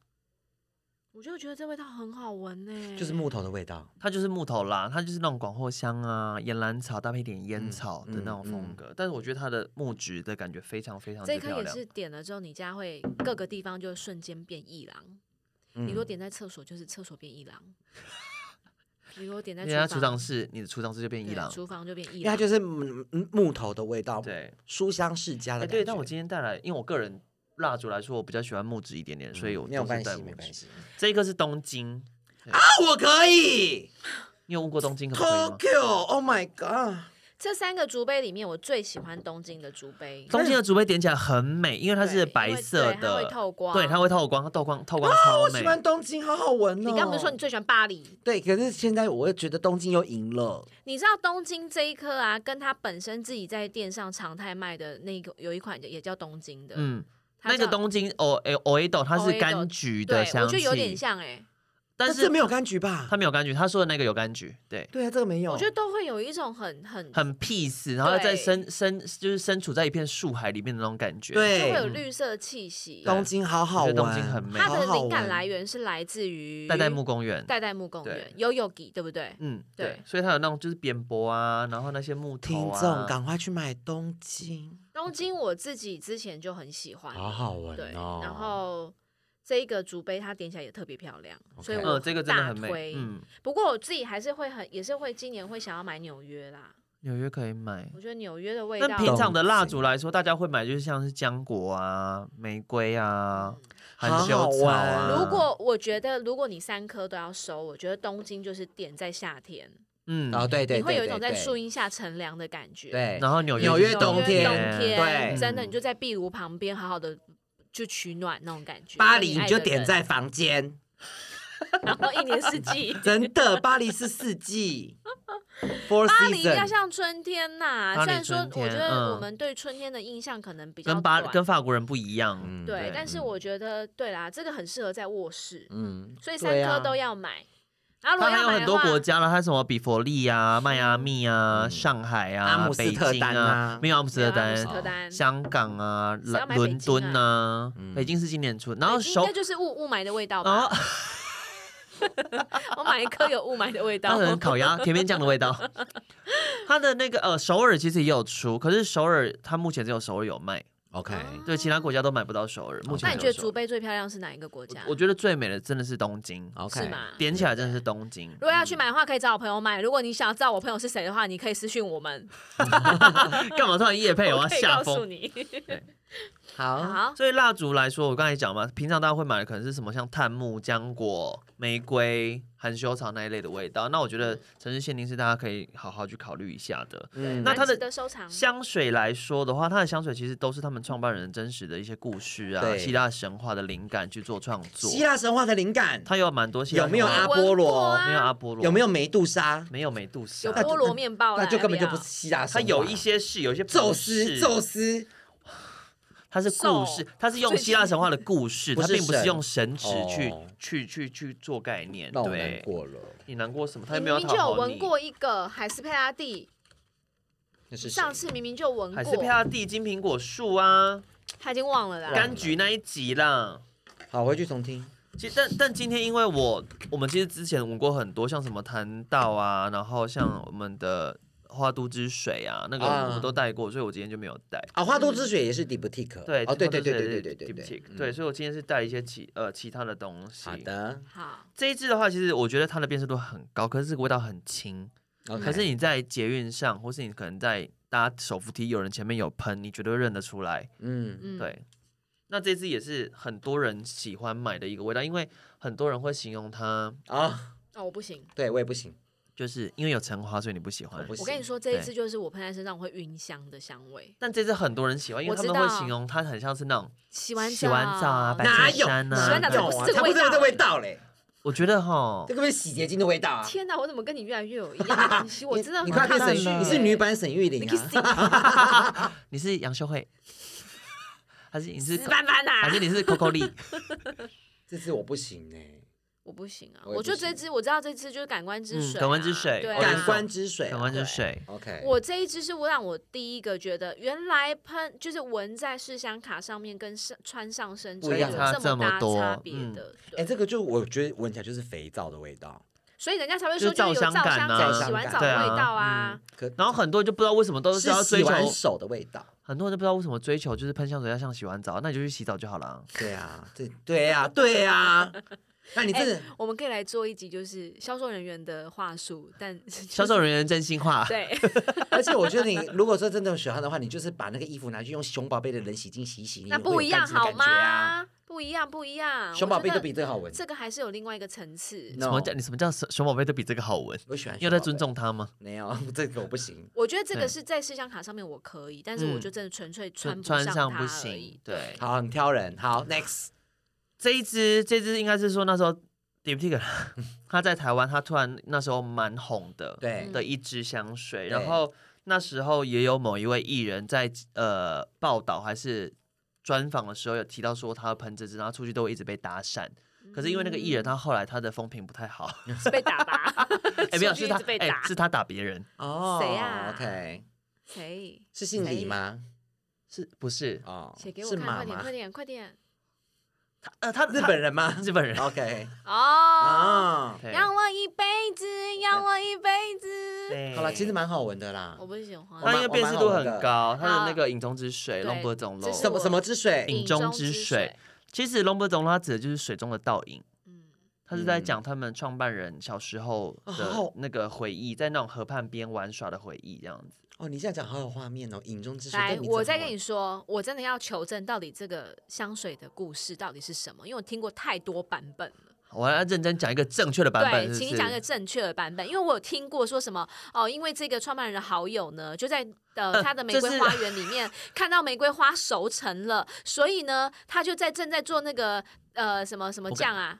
我就觉得这味道很好闻欸呢、
就是木头的味道，
它就是木头啦，它就是那种广藿香啊、岩兰草搭配一点烟
嗯
草的那种
嗯
风
嗯
格。但是我觉得它的木质的感觉非常非常
这
之
一颗
漂
也
亮
是。点了之后，你家会各个地方就瞬间变一郎。
嗯
你如果点在厕所，就是厕所变一郎；你如果点在
人家
厨
储
房
藏，室，你的储藏室就变伊
对
朗。
厨房就变一
因为它
郎。
就是木嗯木头的味道，，
对，
书香世家
哎、
的感觉。
对，但我今天带来，因为我个人蜡烛来说，我比较喜欢木质一点点，所以我
嗯没有
都是
关
带
系，
木
没
质
关。系。
这一个是东京，
啊，我可以。
你有问过东京可不可以吗？
Tokyo，Oh my God！
这三个竹杯里面，我最喜欢东京的竹杯。
东京的竹杯点起来很美，因为它
嗯对
是白
因为
色
对它
的，
会透光
对，它会透光，透光透光超
啊我
美
喜。欢东京，好好闻哦。
你刚不是说你最喜欢巴黎？
对？可是现在我又觉得东京又赢了。
你知道东京这一颗啊，跟它本身自己在店上常态卖的那个有一款也叫东京的，
嗯，
它
那个
叫
东京哦诶哦 a 豆，它是
Oedo，
柑橘
对，
的
我
香
觉得
气，
有点像哎、
但
这
是
没有柑橘吧
它？没有柑橘，他说的那个有柑橘，对，
对啊，这个没有。
我觉得都会有一种很很
很 peace，然后在
对
身身就是身处在一片树海里面的那种感觉。
就会有
对，
绿色气息。
东京好好
我觉
闻，
得东京很美
它的
好好
灵感
闻
来源是来自于
代代木公园，
代代木公园 Yoyogi，对不对？
嗯，
对
对，所以它有那种就是扁柏啊，然后那些木头
听
啊，
众赶快去买东京，
东京我自己之前就很喜欢，
啊好闻哦
对，然后这一个竹杯它点起来也特别漂亮
OK
所以我
呃，这个真的
大
很美
推。。
嗯，
不过我自己还是会很，也是会今年会想要买纽约啦。
纽约可以买。
我觉得纽约的味道
但，平常的蜡
懂
烛来说，大家会买就是像是浆果啊、玫瑰啊、含
好好
羞草啊。
玩哦
如果我觉得如果你三颗都要收，我觉得东京就是点在夏天，
嗯，
哦，对对，
你会
对
有一种
对
在
对
树荫下乘凉的感觉。
对，
然后纽约
纽
就是
约
冬
冬
天，
天
天
对
真的你就在壁炉旁边好好的就取暖那种感觉。
巴黎
跟
你
爱
就
的
点
人，
在房间，。
然后一年 四季
真的，巴黎是 四季，Four
巴黎要
Season，
像春天呐、
巴黎
虽然说
春天
我觉得我
嗯
们对春天的印象可能比较
跟巴
短，
跟法国人不一样。
嗯
对，但是
嗯
我觉得对啦，这个很适合在卧室，
嗯，
所以
对
三
啊
颗都要买。然后如
它
果
还
要
有
买
很
的
多
话
国家了，它什么比佛利啊、迈阿密啊、
嗯
上海
阿
啊
姆、斯
北
特
京
丹
啊
啊，
没有阿姆斯特
没有阿姆斯
丹、
特丹
香港啊、
谁要
伦
买
伦
北京啊
敦啊
嗯，
北京是今年出，然后哦
应
首
该就是雾雾霾的味
然
道吧
后。
我买一颗有雾霾的味
它
道
可，能烤鸭、甜面酱的味道。它的那个呃，首尔其实也有出，可是首尔它目前只有首尔有卖，
OK，
对，其他国家都买不到首尔。目前
那你
只
觉
有
得
首
竹
尔
杯最漂亮是哪一个国家？
我觉得最美的真的是东京，
OK，
哦是吗
点起来真的是东京。
如果要去买的话，可以找我朋友买。如果你想要知道我朋友是谁的话，你可以私讯我们，
干嘛突然夜配？哎我
我
要啊
可以
下
告诉
风。
你。
好，
好，
所以蜡烛来说，我刚才讲嘛，平常大家会买的可能是什么像炭木、浆果、玫瑰、含羞草那一类的味道。那我觉得城市限定是大家可以好好去考虑一下的。
嗯
那它的
蛮值得收藏。
香水来说的话，它的香水其实都是他们创办人真实的一些故事啊、
对
希腊神话的灵感去做创作。
希腊神话的灵感
它有蛮多希腊
有没有
神话
阿
我闻
波
过
罗
啊？
没有阿波罗？
有没有梅杜莎？
没有美杜莎
有？菠萝面包啦，
那就根本就不
要
是希腊神
它
话，
有一些是有一些不
宙
是
斯，宙斯
它是故事
兽，
它是用希腊神话的故事，
不
它
是
并不是
神
用神职去、
哦
去去去做概念。
让我难
对，
过了，
你难过什么？他又
你
没
明
有
明
讨
就有
好
闻
你。
过一个海斯佩拉蒂，
那是
上
谁
次明明就闻
海斯
过
佩，拉蒂金苹果树啊，
他已经忘
嗯
了啦。
柑橘那一集啦。
好，回去重听。
其实，但但今天因为我我们其实之前闻过很多，像什么檀道啊，然后像我们的花都之水啊，那个
啊
我们都带过，所以我今天就没有带。
啊，花都之水也是 d i p t i q
对，
哦，对对对
花都之水
对对对
是
对
diptyque，
嗯
对，所以我今天是带一些其呃其他的东西。
好的
好，
这一支的话，其实我觉得它的辨识度很高，可是这个味道很轻。
，OK，
可是你在捷运上，或是你可能在搭手扶梯，有人前面有喷，你绝对会认得出来。
嗯，
嗯，，
对，那这支也是很多人喜欢买的一个味道，因为很多人会形容它，
啊，
哦，我不行，
对我也不行，
就是因为有橙花，所以你不喜
我
欢
不。行
我跟你说，这一
对
次就是我喷在身上我会晕香的香味，
但这支很多人喜欢，因为
我
他
知
们会
道
形容它很像是那种，
洗完
洗完澡啊白
哪
衬
有
衫啊
哪有啊？
这个
它不
味
是
道
这味道嘞，
我觉得哈
这，个不是洗洁精的味道啊！
天哪，我怎么跟你越来越有一样的东西？我
你
真的
你快
很
变
抗
沈
拒
玉，
耶
你是女版沈玉
你
玲
去
啊
死！
你是杨秀慧，还是你是
死板板啊呐！
还是你是 Coco 丽？
这次我不行哎，
我不行啊，
我也
我
不
就这
行
支我知道这支就是感官之
嗯
水啊、
感官之水
对啊、
我也是
感官之水啊，
感官之
对
水。
OK，
我这一支是我让我第一个觉得，原来喷就是纹在试香卡上面跟上穿上身
不
真的
一样
有
差
这
这
么
么
大
多
差别
嗯
的。对
哎，这个就我觉得闻起来就是肥皂的味道，
所以人家才会
就
说
是
就是有
皂
皂
香感
香
啊
感、
皂
洗
香
完
感
澡的
对啊
味道啊。
可
然后很多人就不知道为什么都
是
要追
洗
求
完手的味道。
很多人都不知道为什么追求就是喷香水要像洗完澡，那你就去洗澡就好了。
对啊，对对啊，对啊。那你
哎
这个
我们可以来做一集，就是销售人员的话术，但就是
销售人员真心话，
对
而且我觉得你如果说真的有喜欢的话，你就是把那个衣服拿去用熊宝贝的冷洗精洗一洗，你
那
也会有
不一样
干净的
好
感觉啊？
吗？不一样，不一样。
熊
我
宝
觉
贝都
得
比这个好闻。
这个还是有另外一个层次。
什么叫你什么叫熊熊宝贝都比这个好闻？
我喜欢
又
哦熊
在
宝
尊
贝，
重他吗？
没有 这个我不行。
我觉得这个
对
是在试香卡上面我可以，但是我就真的纯粹
就
不
穿
上它
不
而已
行。。对，
好，很挑人。 好，next，
这一支这支应该是说那时候 d i p t i k 他在台湾，他突然那时候蛮红的，
嗯
对
的一支香水。
对
然后那时候也有某一位艺人在呃报道还是专访的时候有提到说他要喷这支，然后出去都会一直被搭讪。可是因为那个
嗯
艺人，他后来他的风评不太 好，
是被打吧？
哎，没有
出去
是
一
他
直被，
哎
打，
是他打别人，
哦，
谁啊
？OK，
谁？
是姓
谁
李吗？
是不是？
哦，
写给我
是
看，
妈
快点，
妈
快，点，快点！
他呃，他
日本人吗
他日本人，
？OK，
哦，
啊，
对
让我一辈子，让我一辈子。
对
好了，其实蛮好闻的啦
我。不喜欢
我
那因
蛮
为辨识度很高，它
好
的那个影中之水、
对
龙波总
这
龙，
是
什么什么之水？
饮中之水。其实龙波总龙它指的就是水中的倒影，
嗯，
它是在讲他们创办人小时候的
哦
那个回忆，在那种河畔边玩耍的回忆这样子。
哦，你这样讲好有画面哦，影中之水。
来
跟，
我
这
再
么
跟你说，我真的要求证到底这个香水的故事到底是什么，因为我听过太多版本了。
我要认真讲一个正确的版本，
对，
是不
请
是
你讲一个正确的版本，因为我有听过说什么哦，因为这个创办人的好友呢，就在呃
呃
他的玫
这
瑰
是
花园里面看到玫瑰花熟成了，所以呢，他就在正在做那个呃什么什么
我跟
酱啊，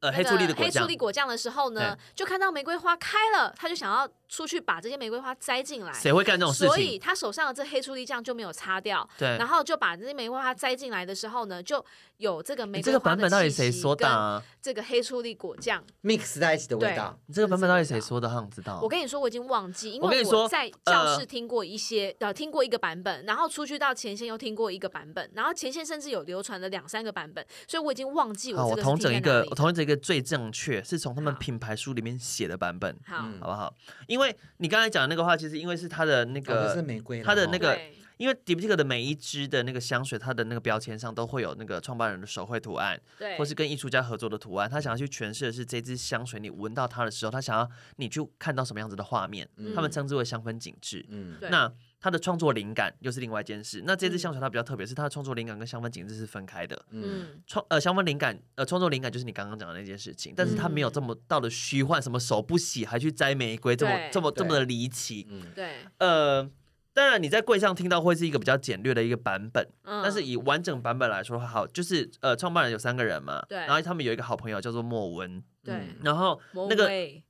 呃
那
黑醋栗
个
的果
黑醋
酱
栗，果酱的时候呢，就看到玫瑰花开了，他就想要出去把这些玫瑰花摘进来。
谁会干这种事
所以
情？嗯
他手上的这黑醋栗酱就没有擦掉，
对
然，后就把这些玫瑰花摘进来的时候呢，就有这个玫
你
瑰
这
花
个版本
的
到底
气
谁
息
说的
跟
啊？
这个黑醋栗果酱。
mix 在一起的味
对
道。
你这个版本到底谁说的？好想知道。
我跟你说，我已经忘记，因
哦我跟
为
你说
我在教室
呃
听过一些，呃，听过一个版本，然后出去到前线又听过一个版本，然后前线甚至有流传了两三个版本，所以我已经忘记
好，
我
我
这个是
统
听在
整
哪
一
里了。
个，我统整一个最正确，是从他们
好
品牌书里面写的版本。
好，
嗯
好不好？因为你刚才讲的那个话，其实因为是它的那
哦这是
个，
玫瑰啦，
它的
哦
那个
对，
因为 Diptyque 的每一支的那个香水，它的那个标签上都会有那个创办人的手绘图案，
对，
或是跟艺术家合作的图案。他想要去诠释的是这支香水，你闻到它的时候，他想要你去看到什么样子的画面，
嗯
他们称之为香氛景致。
嗯
对
那它的创作灵感又是另外一件事。那这支
嗯
香水它比较特别，是它的创作灵感跟香氛景致是分开的。
嗯，
嗯，
创呃香氛灵感呃创作灵感就是你刚刚讲的那件事情，但是它没有
嗯
这么到的虚幻，什么手不洗还去摘玫瑰，这么
对
这么这么
对
的离奇。
嗯
对，
呃，当然你在柜上听到会是一个比较简略的一个版本，
嗯，
但是以完整版本来说的话，好，就是呃创办人有三个人嘛，
对
然后他们有一个好朋友叫做莫文，
对
嗯
然后
魔
那个
鬼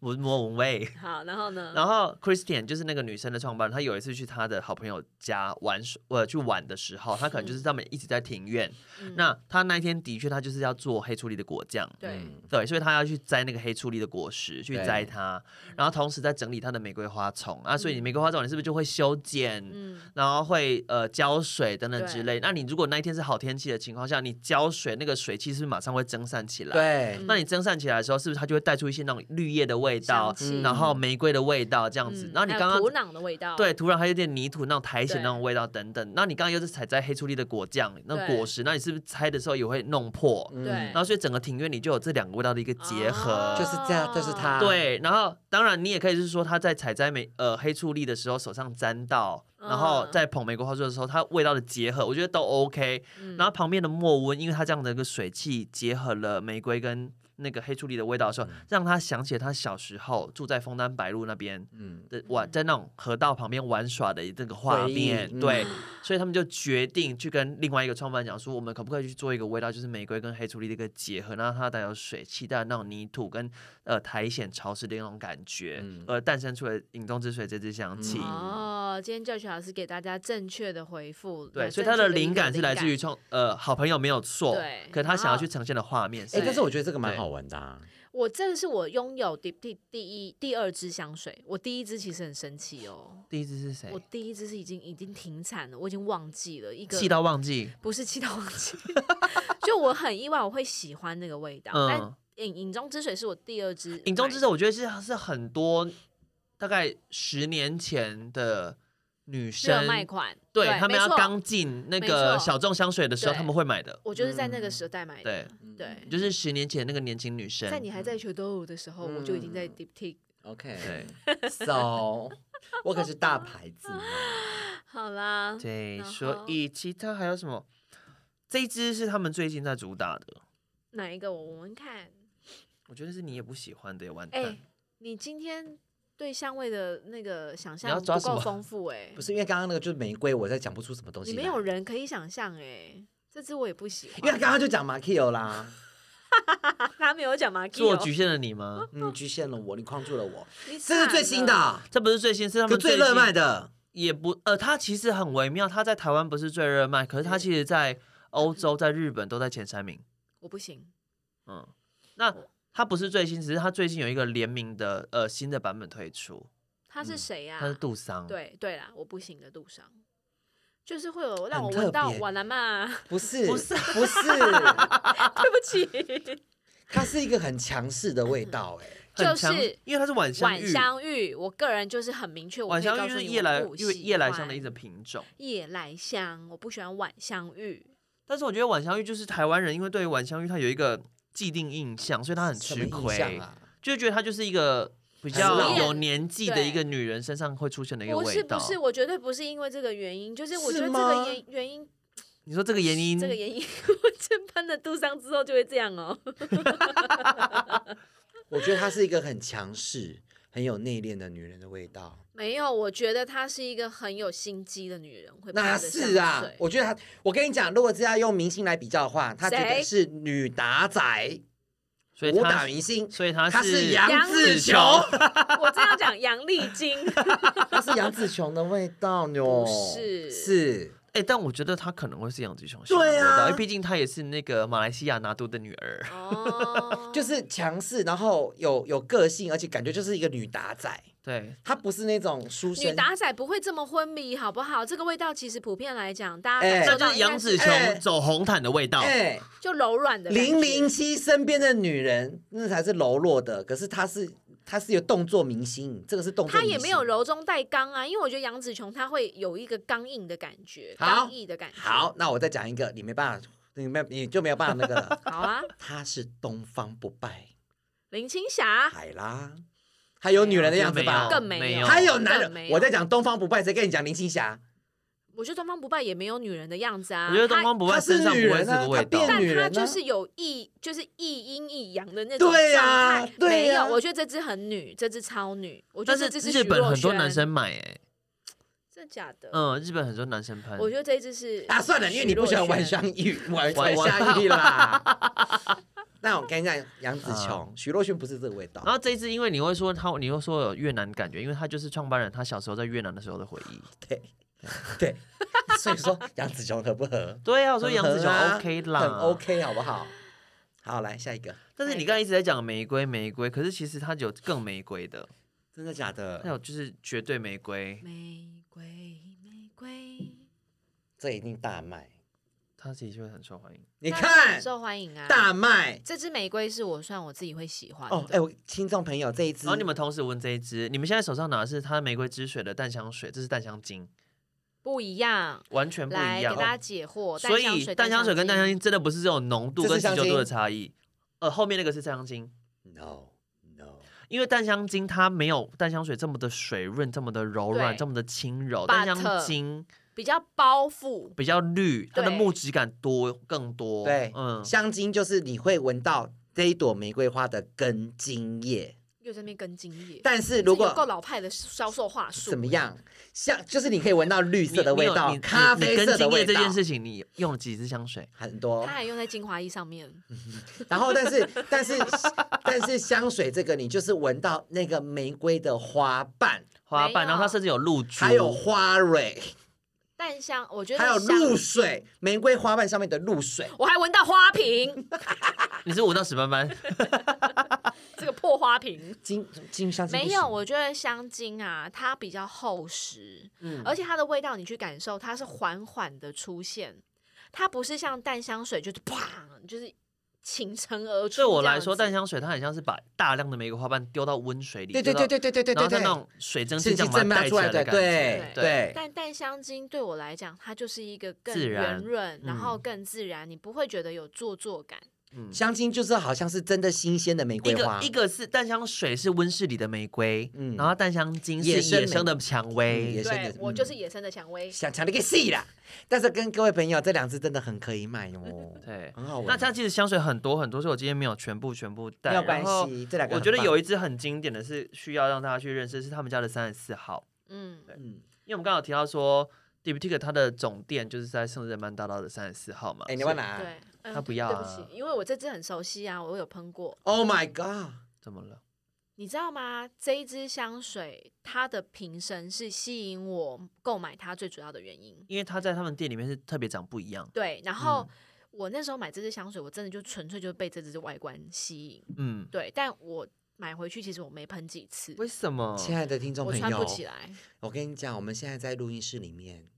莫莫文蔚，
好，然后呢？
然后 Christian 就是那个女生的创办人，她有一次去她的好朋友家玩水，呃，去玩的时候，她可能就是他们一直在庭院。
嗯
那她那一天的确，她就是要做黑醋栗的果酱，
对，
嗯
对，所以她要去摘那个黑醋栗的果实，去
对
摘它，然后同时在整理她的玫瑰花丛啊，所以你玫瑰花丛你是不是就会修剪？
嗯，
然后会呃浇水等等
对
之类，那你如果那一天是好天气的情况下，你浇水那个水汽是不是马上会蒸散起来？
对，
那你蒸散起来的时候，是不是它就会带出一些那种绿叶的味道
香，气
嗯然后玫瑰的味道这样子？
嗯
然后你
还有
刚刚
土壤的味道，
对土壤还有点泥土那种苔藓
对
那种味道等等。那你刚刚又是采摘黑醋栗的果酱，那
对
果实，那你是不是拆的时候也会弄破？
嗯
对
然后所以整个庭院里就有这两个味道的一个结合。
哦
就是这样就是它
对，然后当然你也可以是说他在采摘玫呃黑醋栗的时候手上沾到，然后
嗯
在捧玫瑰花束的时候，它味道的结合，我觉得都 OK。
嗯
然后旁边的莫温，因为它这样的一个水汽结合了玫瑰跟那个黑醋栗的味道的时候，让他想起了他小时候住在枫丹白露那边
嗯，
的玩，在那种河道旁边玩耍的这个画
回忆
面，
嗯
对，所以他们就决定去跟另外一个创办人讲说，我们可不可以去做一个味道，就是玫瑰跟黑醋栗的一个结合，让它带有水汽，带有那种泥土跟呃苔藓潮湿的那种感觉，
嗯
而诞生出了饮中之水这支香气。
嗯
哦，今天教学老师给大家正确的回复，
对，
呃
所以
正
它
确
的
一
灵
个
感是来自于创呃好朋友没有错，
对
可他想
然
要
后
去呈现的画面是
哎，但是
对
我觉得这个蛮
对
好玩的啊，
我这是我拥有第第第一第二支香水，我第一支其实很神奇哦，
第一支是谁
我？第一支是已经已经停产了，我已经忘记了一个
气到忘记，
不是气到忘记， 就我很意外我会喜欢那个味道，
嗯
但。饮饮中之水是我第二支买的，
影中之水，我觉得是是很多大概十年前的女生
热卖款，
对
对
他们
没
要
错
刚进那
没错
个小众香水的时候，
对
他们会买的，
我就是在那个时代买的，对，
嗯就是嗯十年前那个年轻女生
嗯在。你还在学斗舞的时候，我就已经在
嗯
Deep T。
OK，so 我可是大牌子呢，
好啦，
对，
然
所
后
以其他还有什么？这一支是他们最近在主打的，
哪一个我闻闻看？
我觉得是你也不喜欢的，完蛋。
哎，你今天对香味的那个想
你要
象
抓
不
什么
够丰富哎
不，是因为刚刚那个就是玫瑰，我在讲不出什么东西
你
来。
没有人可以想象哎，这支我也不喜欢。
因为他刚刚就讲马 k i o 啦，
他没有讲嘛，
是我局限了你吗？
嗯，局限了我，你框住了我。
你
这是最新的，
这不是最新，是他
可
们
最
近
热卖，的。
也不呃，它其实很微妙。它在台湾不是最热卖，可是它其实在欧洲、在日本都在前三名。
我不行。
嗯，那
哦
它不是最新，只是它最近有一个联名的呃新的版本推出，
他是谁呀、
它嗯是杜桑。，
啊对对啦，我不行的路上，就是会有让
很
我
特
闻到
别
瓦兰嘛，
不是
不是
不是，
对不起，
它是一个很强势的味道 哎、
很
就
强
是，
因为它是晚香
晚
玉，
香玉，我个人就是很明确，我
晚
可以
香
告
玉
诉
是
你
夜来
我不
因为
喜
夜来香的
欢
一种品种。
夜来香，我不喜欢晚香玉，
但是我觉得晚香玉就是台湾人，因为对于晚香玉它有一个既定印象，所以它很吃
什么印象
亏，
啊？
就觉得它就是一个比
很
较
老
有年纪的
对
一个女人身上会出现的一个
不
味
是
道。
不是，我绝对不是因为这个原因，就是我
是
觉得这
吗
个原原因
你说这个原因，
这个原因， 我真喷了杜桑之后就会这样哦，
我觉得她是一个很强势、很有内敛的女人的味道。
没有，我觉得她是一个很有心机的女人，会
哪
喷的
是啊
香水？
我觉得她，我跟你讲，如果是要用明星来比较的话，她绝
谁
对是女打仔、
所以
武
它
打明星。
所以它
她
是
是杨
杨
紫
紫
琼，
我正要讲杨丽菁，
她是杨紫琼的味 道哟。
不是
是
哎、但我觉得她可能会是杨紫琼，
对啊
因为哎毕竟她也是那个马来西亚拿督的女儿。
哦，
就是强势，然后有有个性，而且感觉就是一个女打仔，
对，
她不是那种书
女
生。
打仔不会这么昏迷，好不好？这个味道其实普遍来讲，大家感
哎
这就
受到
是
应该
杨紫
是
哎
琼走红毯的味道。
哎、
就柔软的感觉
零零七身边的女人那才是柔弱的，可是她是她是有动作明星，这个是动作
她
明星。
也没有柔中带刚啊，因为我觉得杨紫琼她会有一个刚硬的感觉，
好
刚毅的感觉。。
好，，那我再讲一个，你没办法，你没你就没有办法那个了
好啊，
她是东方不败
林青霞
海啦，还有女人的样子吧
哦没？
更没
没
有，
有
还有男
更没
人，
有
我在，讲东方不败，谁跟你讲林青霞？
我觉得东方不败也没有女人的样子啊。
我觉得东方不败
她是
身上不
女
会
人
是
啊
个味
她
道
变。
她，
女
但
人
她
啊
就是有一就是一阴一阳的那种
对呀
状态
对呀
没有，我觉得这只很女，这只超女，我觉
但
得
是
这只
日
徐
本
若
很多
瑄
啊
男，生买、哎，
真的假的？
嗯，日本很多男生喷。
我觉得这一只是
啊，算了，因为你不喜欢晚香玉，晚晚
晚
香玉 啦。那我跟你讲，杨紫
啊
琼、徐若瑄不是这个味道
然，后这一次，因为你会说他，你会说有越南感觉，因为他就是创办人，他小时候在越南的时候的回忆。
对对， 所以说杨紫琼合不合？
对啊，我说杨紫
很
琼
合啊
OK 啦，
很 OK 好不好？好，来下一个，
但是你刚才一直在讲玫瑰玫瑰，可是其实它有更玫瑰的，
真的假
它
的？
有就是绝对玫瑰，
玫瑰，玫瑰，
这一定大卖，
它其实会很受欢迎。
你
那它
看
很受欢迎啊。
嗯
大卖
这支玫瑰是我算我自己会喜欢的。
哦。哎，我听众朋友这一支
然哦后，你们同时闻这一支，你们现在手上拿的是它玫瑰之水的淡香水，这是淡香精，
不一样，
完全不
来
一
给
样哦
大。家解惑。
所
淡
以
水
淡香水跟淡香
精
精真的不是这种浓度
这
跟
是
持
香
久度的
精
差异，呃，后面那个是淡香精，
no no，
因为淡香精它没有淡香水这么的水润，这么的柔软，
对
这么的轻柔，
But-
淡香精
比较包覆，
比较绿，它的
对
木质感多更多。
对，
嗯，
香精就是你会闻到这一朵玫瑰花的根茎叶，
又在那边跟精 液。
但是如
这有够
果
老派的销售话术，
怎么？样，像就是你可以闻到绿
你
色的
你
味
欸有
道
你、
咖
你你
啡
跟
色的
精
味
液这
道
件，事情，你用了几支香水？
很多
欸它。还用在精华液上面，
嗯然后，但是，但是，但是香水这个，你就是闻到那个玫瑰的花瓣，
花
没
瓣，然后它
有
甚至有露珠，
还有花蕊，
淡香，我觉得
还有
香
露，水，玫瑰花瓣上面的 露水，
我还闻到花 瓶，
你是五到十班 班，
这个破花 瓶。
金金香精不
没
行
有，我觉得香精啊，它比较厚实，
嗯
而且它的味道你去感受，它是缓缓的出现，它不是像淡香水就是啪，就是倾城而出。
对我来说，
这
淡
样子
香水它很像是把大量的玫瑰花瓣丢到温水里，
对对
丢到
对对对对对
然
对
后像那
对
种水蒸
是
气这样
正
把它带
面出
起
来
的
的，
感觉，
对
对
哎对
但淡香精对我来讲，它就是一个更
自然
圆润，然后
嗯
更自然，你不会觉得有做作感。
嗯
香精就是好像是真的新鲜的玫
一
瑰
个
花，
一个是淡香水是温室里的玫瑰，
嗯
然后淡香精是
野生
野生
玫
的蔷
嗯
薇
野，生
对
的
我就是野生的蔷薇，
想抢的个戏啦。但是跟各位朋友，这两支真的很可以买哦，
对。
很好闻。
那它其实香水很多很多，所以我今天没有全部全部带。
没有关
然后
系，这两个
我觉得
很棒
有一支很经典的是需要让大家去认识，是他们家的三十四号，
嗯，
嗯，
因为我们刚刚有提到说 d i p t i q 它的总店就是在圣日曼大道的三十四号嘛。
哎，你要
所以
拿
对。嗯
他不要
对不
啊
起，因为我这支很熟悉啊，我有喷过。
？Oh my god！
怎么了？
你知道吗？这一支香水它的瓶身是吸引我购买它最主要的原因。
因为它在他们店里面是特别长不一样。
对，然后
嗯
我那时候买这支香水，我真的就纯粹就被这支外观吸引。
嗯，
对，但我买回去其实我没喷几次，
为什么？
亲爱的听众
我
朋
穿不
友，
起来。
我跟你讲，我们现在在录音室里面，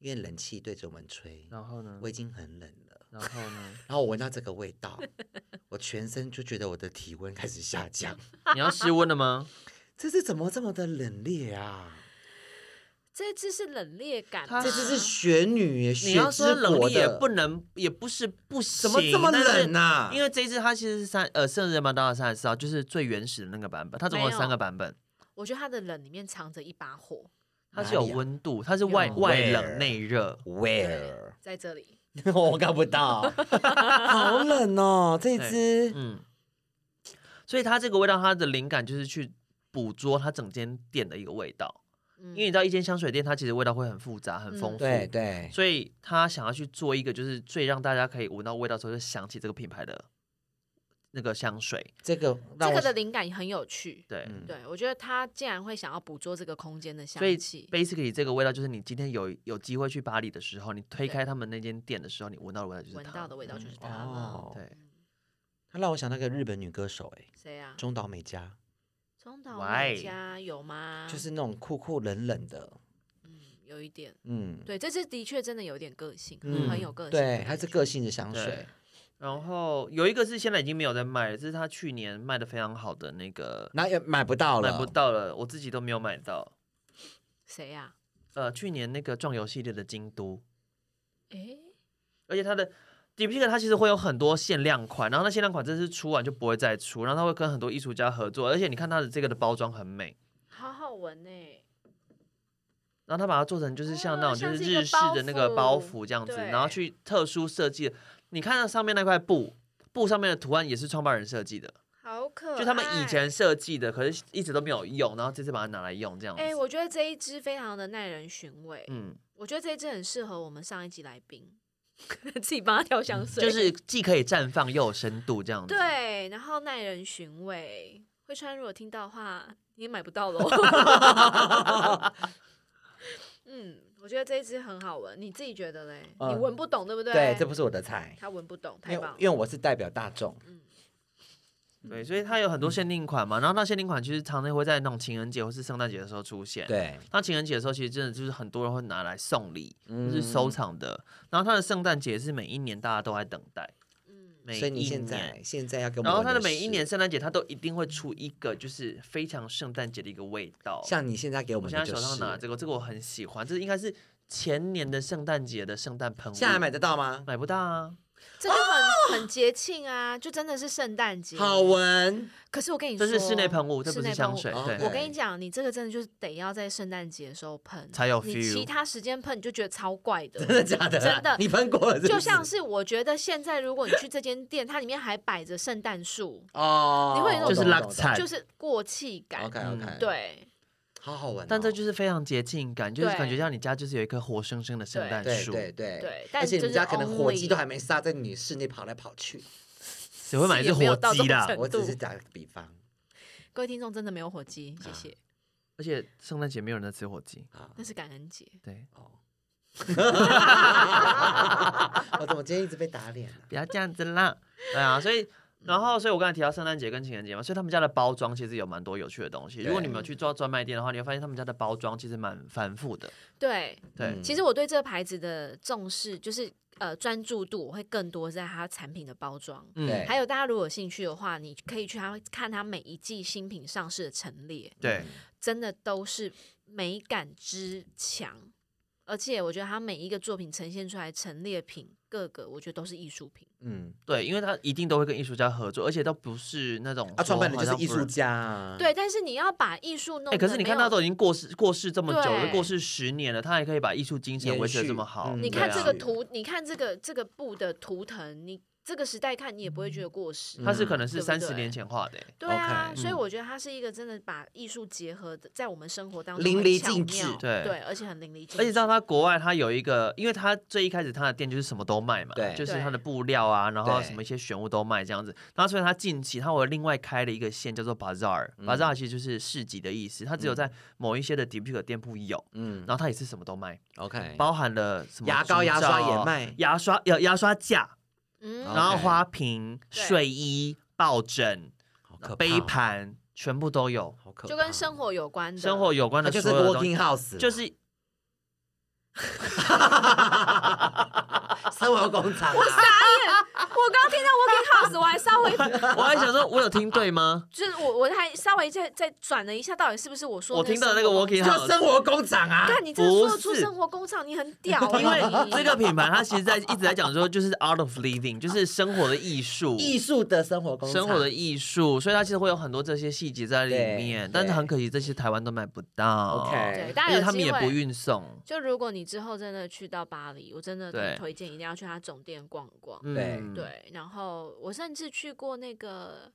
因为冷气对着我们吹，
然后呢
我？已经很冷了。
然后呢？
然后我闻到这个味 道，我全身就觉得我的体温开始下降。
你要失 温了吗？
这是怎么这么的冷冽啊？
这支是冷冽感
它
吗，
这就是雪女耶，
啊你
雪
要说
之
冷
国
冽也
的，
不能，也不是不行。
怎么这么
但是
冷啊呐、
因为这一支它其实是三呃圣日曼大道三十四号，就是最原始的那个版本，它总共
没
有
有
三个版本，
我觉得它的冷里面藏着一把火，
它是有
哪里啊
温度，它是外
有
外
Where？
冷内热。
Where？
在这里。
我看不到，好冷哦，这只
嗯，所以它这个味道，它的灵感就是去捕捉它整间店的一个味道，
嗯
因为你知道一间香水店它其实味道会很复杂、很丰
嗯
富，
对对，
所以他想要去做一个就是最让大家可以闻到味道的时候就想起这个品牌的那个香水，
这个
这
让我
个的灵感也很有趣。
对。
嗯
对，我觉得他竟然会想要捕捉这个空间的香
所以
气。
basically 这个味道就是你今天有有机会去巴黎的时候，你推
对
开他们那间店的时候，你闻到的味道就是
闻
它
到的味道就是它
哦
了。
对，
它让我想到一个日本女歌手哎、
谁啊？
中岛美嘉，
中岛
Why？
美嘉有吗？
就是那种酷酷冷冷的，
嗯，有一点。
嗯，
对，这支的确真的有点个性，
嗯
很有个性。
对，它是个。性的香
对
水，
然后有一个是现在已经没有在卖了，这是他去年卖的非常好的那个，
那也买不到了，哦
买不到了，我自己都没有买到。
谁啊？
呃，去年那个壮游系列的京都，
诶，
而且它的 Deep Pink 它其实会有很多限量款，然后那限量款真是出完就不会再出，然后它会跟很多艺术家合作，而且你看它的这个的包装很美，
好好闻诶。
然后它把它做成就是像那
哦
种就
像
是
是一个
日式的那个
包
包
袱
袱这样子，
对
然后去特殊设计的。你看到上面那块布，布上面的图案也是创办人设计的，
好可爱。
就他们以前设计的，可是一直都没有用，然后这次把它拿来用这样子。
哎、我觉得这一支非常的耐人寻味。
嗯，
我觉得这一支很适合我们上一集来宾， 自己帮他调香水，
就是既可以绽放又有深度这样子。
对，然后耐人寻味。慧川如果听到的话，你也买不到喽。 嗯，我觉得这一支很好闻，你自己觉得嘞？
呃
你
嗯
闻不懂对不对？
对，这不是我的菜，
他闻不懂，太
因为
棒了。
因为我是代表大众，
对，所以它有很多限定款嘛，然后那限定款其实常常会在那种情人节或是圣诞节的时候出现。
对，
那情人节的时候，其实真的就是很多人会拿来送礼，就是
嗯
收藏的。然后它的圣诞节是每一年大家都在等待，
嗯，
每
所以你
一
现
年
在现在要跟我
然后它
们
的每一
是
年圣诞节，它都一定会出一个就是非常圣诞节的一个味道。
像你现在给我
我
们
现在
的就
手
是，
上拿这个，这个我很喜欢，这应该是前年的圣诞节的圣诞喷雾。
现在还买得到吗？
买不到啊，
这就很、很节庆啊，就真的是圣诞节。
好闻，
可是我跟你
这
说，
是室内喷雾，这不
室
是
内
香
喷雾
水。
哦
对，
我跟你讲，你这个真的就是得要在圣诞节的时候喷
才有
你
feel
其他时间喷你就觉得超怪的，
真的假的啊？
真的
你喷 过了是不是，
就像是我觉得现在如果你去这间店，它里面还摆着圣诞 树，
哦，
你会有那种就是
拉菜
就是过气感。
OK OK，，
对，
嗯好好闻哦，
但这就是非常节庆感，就是感觉
对
像你家就是有一棵活生生的圣诞
对
树，
对对
对但
而且你
就
们家
是
可能火鸡
only-
都还没杀，在你室内跑来跑 去，
谁会买一只
是也没有
活
到
鸡
这
啦
种？程
我只
度
是打个比方
各位听众真的没有火鸡，谢谢，
而且圣诞节没有人在吃火鸡，
啊
那。是感恩节。
对，
哦，我怎么今天一直被打脸啊？
不要这样子啦。对啊，所以然后，所以我刚才提到圣诞节跟情人节嘛，所以他们家的包装其实有蛮多有趣的东西。如果你们有去做专卖店的话，你会发现他们家的包装其实蛮繁复的。
对，
对，
嗯
其实我对这个牌子的重视，就是呃专注度，我会更多在它产品的包装。
嗯，
对
还有大家如果有兴趣的话，你可以去它看它每一季新品上市的陈列，
对，
真的都是美感之强，而且我觉得它每一个作品呈现出来陈列品，各个我觉得都是艺术品。
嗯，
对，因为他一定都会跟艺术家合作，而且都不是那种
啊，
说
创办人就
好像
是艺
不
术。家啊，
对，但是你要把艺术
嗯哎、
弄得没有，
可是你看他都已经过世过世这么久了，
对
过世十年了，他还可以把艺术精神
延
维持的
续
这么好。
嗯
你
对
看这个
啊，
图，你看这个这个布的图腾，你这个时代看你也不会觉得过时。
嗯他是可能是
对不
三十
对
年前画的、欸。
对啊
OK，
所以
嗯
我觉得它是一个真的把艺术结合的，在我们生活当中
淋
很
漓
巧
尽致
妙
对
对，而且很淋漓尽致。
而且在他国外，他有一个，因为他最一开始他的店就是什么都卖嘛，
对
就是他的布料啊，然后
对
什么一些玄物都卖这样子。然后所以他近期他有另外开了一个线叫做
嗯
bazaar，bazaar、其实就是市集的意思，它只有在某一些的 Deep 店铺有，
嗯
然后它也是什么都卖，
，OK，
包含了什么
牙膏
猪
牙刷
罩
也卖
牙刷牙牙刷架，
嗯，
然
然后
OK
花瓶、
对
睡衣、抱枕、
好可怕
杯
哦，
盘，全部都有，
好可怕，
就跟生活有关的
生活有关
它
的
就是
所有的东西
working house，
就
啦
是
生活工厂啊，
啊我刚刚听到 Working House，我还稍微？
我还想说，我有听对吗
就是我我还稍微再再转了一下，到底是不是我说
我听到那个
生活工
Working
厂
House
就生活工厂啊，
但你真的说得
不
出
是
生活工厂，你很屌欸，
因为
你
这个品牌，它其实在一直在讲说，就是 art of living，就是生活的艺术，
艺术的生活工厂，
生活的艺术，所以它其实会有很多这些细节在里
对
面。
对
但是很可惜，这些台湾都买不到
OK
对，大
而
家
且
有
他们
机
也
会
不运送。
就如果你之后真的去到巴黎，我真的
对
很推荐一定要去它总店逛逛。
嗯，
对，然后我甚至去过那个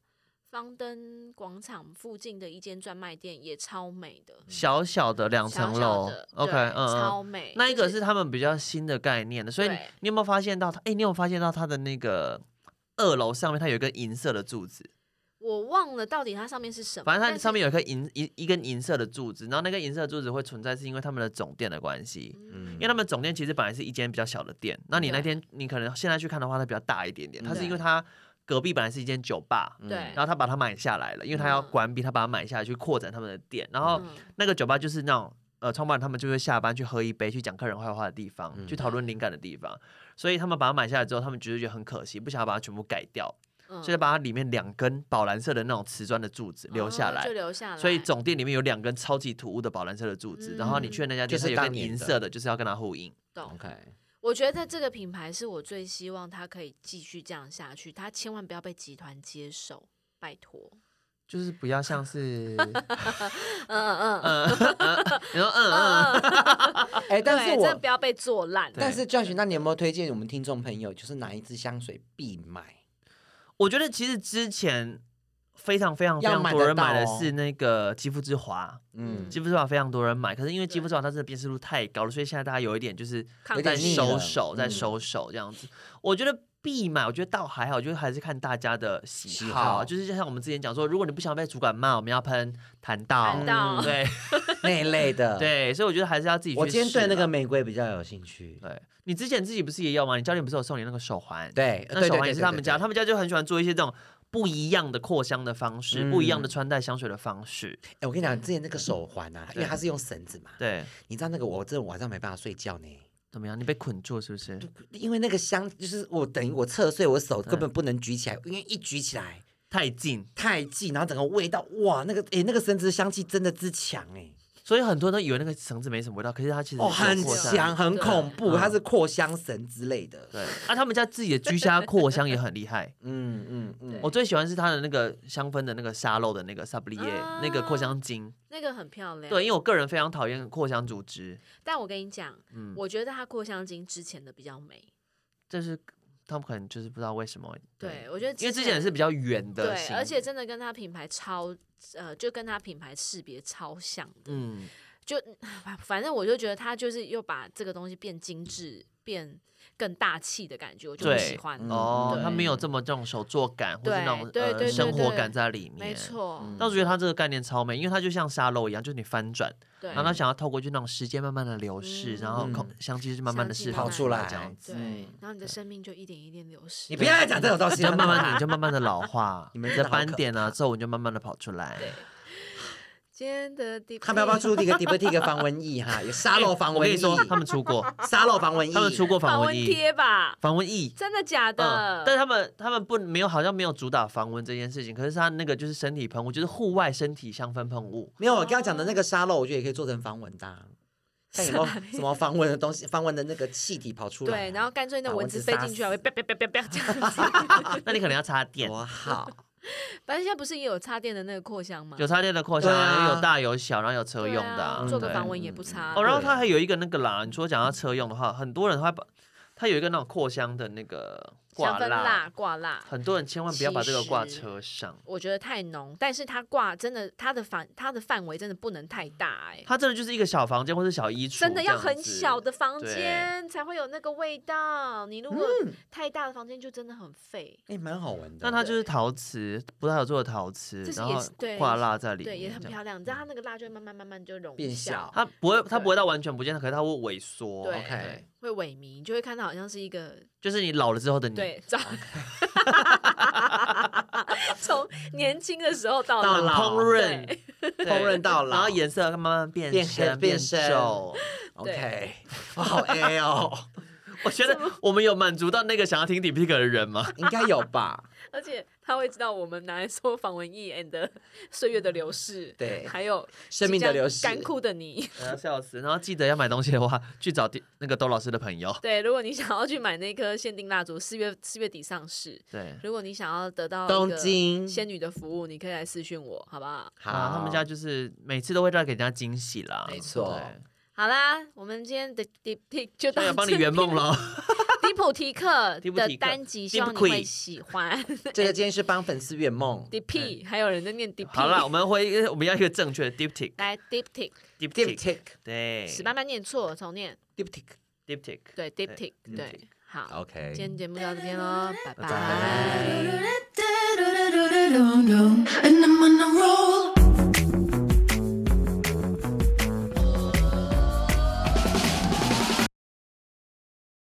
方登广场附近的一间专卖店，也超美的，
小小的两
小
层
小
楼
的
，OK，
对
嗯嗯。
超美。
那一
就
个是他们比较新的概念的，所以
对
你有没有发现到它？哎，你有没有发现到它的那个二楼上面它有一根银色的柱子？
我忘了到底它上面是什么，
反正它
但
上
是
面有一颗银一一根银色的柱子，然后那个银色的柱子会存在，是因为他们的总店的关系。
嗯
因为他们总店其实本来是一间比较小的店，那你那
对
天你可能现在去看的话，它比较大一点点。它是因为
对
它隔壁本来是一间酒吧，
嗯
对
然后他把它买下来了，因为他要
嗯
关闭，他把它买下来去扩展他们的店。然后
嗯
那个酒吧就是那种呃，创办人他们就会下班去喝一杯，去讲客人坏话的地方，
嗯
去讨论灵感的地方。所以他们把它买下来之后，他们觉得觉得很可惜，不想要把它全部改掉，
嗯
所以把它里面两根宝蓝色的那种瓷砖的柱子留下
哦
来
就。留下来。嗯
所以总店里面有两根超级突兀的宝蓝色的柱子，然后你去的那家
就
店
是
有
当
根
年
银
的
色的，就是要跟它呼应。
懂，
OK，
我觉得这个品牌是我最希望它可以继续这样下去，它千万不要被集团接手，拜托。
就是不要像 是，
嗯嗯嗯
你说嗯嗯，
嗯嗯，
哎，但
对，
是
真的
我
不要被做烂。
但是 Josh，那你有没有推荐我们听众朋友，就是哪一支香水必买？
我觉得其实之前非常非常非
要
常
买
多
得
人买的
到哦
是那个肌肤之华，
嗯
嗯，
肌肤之华非常多人买，可是因为肌肤
对
之华它真的辨识度太高了，所以现在大家有一点就是
抗
有
在
点腻
收
了
手，在
嗯
收手这样子。我觉得必买，我觉得倒还好，就是还是看大家的喜
喜
好，
好
就是就像我们之前讲说，如果你不想被主管骂，我们要喷檀道
看，到
嗯
对
那一类 的。，
对，所以我觉得还是啊要自己去试啦。
我今天对那个玫瑰比较有兴趣。
对你之前自己不是也有吗？你教练不是有送你那个手环？
对，
那
对
手
对
环
对
也是他们家，他
们
们家就很喜欢做一些这种不一样的扩香的方式，不一样
嗯
的穿戴香水的方式。
哎，我跟你讲，之前那个手环啊，因为它是用绳子嘛，
对，
你知道那个我这晚上没办法睡觉呢，
怎么样？你被捆住是不是？
因为那个香就是我等于我侧睡，我手根本不能举起来，因为一举起来
太近，
太近，然后整个味道哇，那个哎那个绳子的香气真的之强哎，
所以很多人都以为那个绳子没什么味道，可是它其实
哦
有
很
扩散
强很
对
恐怖，
嗯
它是扩香绳之类的。
对，啊，他们家自己的居家扩香也很厉 害。
嗯嗯嗯，
我最喜欢是它的那个香氛的那个沙漏的那个萨布利耶
啊
那个扩香精，
那个很漂亮。
对，因为我个人非常讨厌扩香组织，
但我跟你讲，
嗯
我觉得它扩香精之前的比较美。
这是他们可能就是不知道为什么，
对，我觉得
因为之前是比较圆的
对，
型
而且真的跟它品牌超呃，就跟它品牌识别超像的。
嗯，
就反反正我就觉得他就是又把这个东西变精致、变更大气的感觉，我就很
对
喜欢。
嗯
哦，
对
他没有这么这种手作感，或是那种
对对
呃
对
生
对
活
对
感在里面。
没，错，
嗯
但我觉得他这个概念超美，因为它就像沙漏一样，就是你翻转，
对
然后他想要透过就那种时间慢慢的流逝，
嗯
然后空
嗯
香气就是慢慢的
香
释
气慢
放
慢
出来
地
这 样子，
对
嗯，
然后你的生命就一点一点流逝。
你不要再讲这种东西
就
了，
慢慢地你就慢慢的老 化，
你们真
的
的好
斑
可
点啊皱纹就慢慢的跑出来。
今天的第
他们要不要出一个 d e b t 一个防蚊液哈？有沙
哦
漏防
哎我跟
蚊液，
你说，他们出过，
沙漏防蚊液，
他们出过防
防
蚊
蚊
液，
贴吧？
防蚊液。
真的假
嗯
的？，
但他们他们不没有好像没有主打防蚊这件事情，可是他那个就是身体喷雾，就是户外身体香氛喷 雾，
没有，我刚刚讲的那个沙漏，我觉得也可以做成防蚊的啊。看有 没有什么防蚊的东西，防蚊的那个气体跑出来啊，
对，然后干脆那
把
蚊
蚊
子
子
飞
杀
进去啊还会
死
啪啪啪啪啪这样 子。
那你可能要插电。
多好，
反正现在不是也有插电的那个扩香吗？
有插电的扩香
对
啊，
啊
有大有小，然后有车
对
用的
啊
啊，
做个
对
防蚊也不差。
哦，然后
对
它还有一个那个啦，你说讲到车用的话，很多人他把它有一个那种扩香的那个
香
挂
氛蜡
蜡，
挂蜡，
很多人千万不要把这个
其
挂
实
车上，
我觉得太浓，但是它挂真的，它的范它的范围真的不能太大哎、
它真的就是一个小房间或是小衣橱，
真的要很小。的房
对嗯
间才会有那个味道。你如果太大的房间就真的很废，
哎，蛮好闻的。
但它就是陶瓷，不太有做的陶瓷，
这是
然
也
后
是对
挂蜡在里面，
对，也很
这样嗯
漂亮。你知道它那个蜡就会慢慢慢慢就融
变
小
小，
它不会，它
对
不会到完全不见，可是它会萎缩。
对
OK，
会萎靡，你就会看到好像是一个
就是你老了之后的你，
对，长 从年轻的时候到
到
老
老
烹饪，对
烹饪到
然后
老
颜色慢慢变
变黑
深
变深
皱。
，OK，我好 A 哦，
我觉得我们有满足到那个想要听 d e p i c 的人 吗？
应该有 吧？
而且他会知道我们拿来说访文艺 and 岁月的流逝，
对
还有
生命的流
即
逝
将，干枯的你。
我要笑死！然后记得要买东西的话，去找地那个窦老师的朋友。
对，如果你想要去买那颗限定蜡烛，四月四月底上市。
对，
如果你想要得到一
东
个
京
仙女的服务，你可以来私讯我，好不好？
啊，他们家就是每次都会带给人家惊喜啦。
没错
对
好啦，我们今天的 deep t 就
所
到
以要
这
哎帮你
边
圆梦喽。
迪普提克
迪普提
的
克
单集，希
Deep
望你会
Queen
喜欢。
这个今天是帮粉丝圆梦
d p 还有人在念 d p
好啦，我们会我们要一个正确的 diptic
来
diptic，
diptic，
，diptic，diptic，
对，
史慢慢念错，重念，
diptic，
对 diptic，
对
对，好，
OK
今天节目到这边喽，拜
拜
拜。
And I'm on a roll.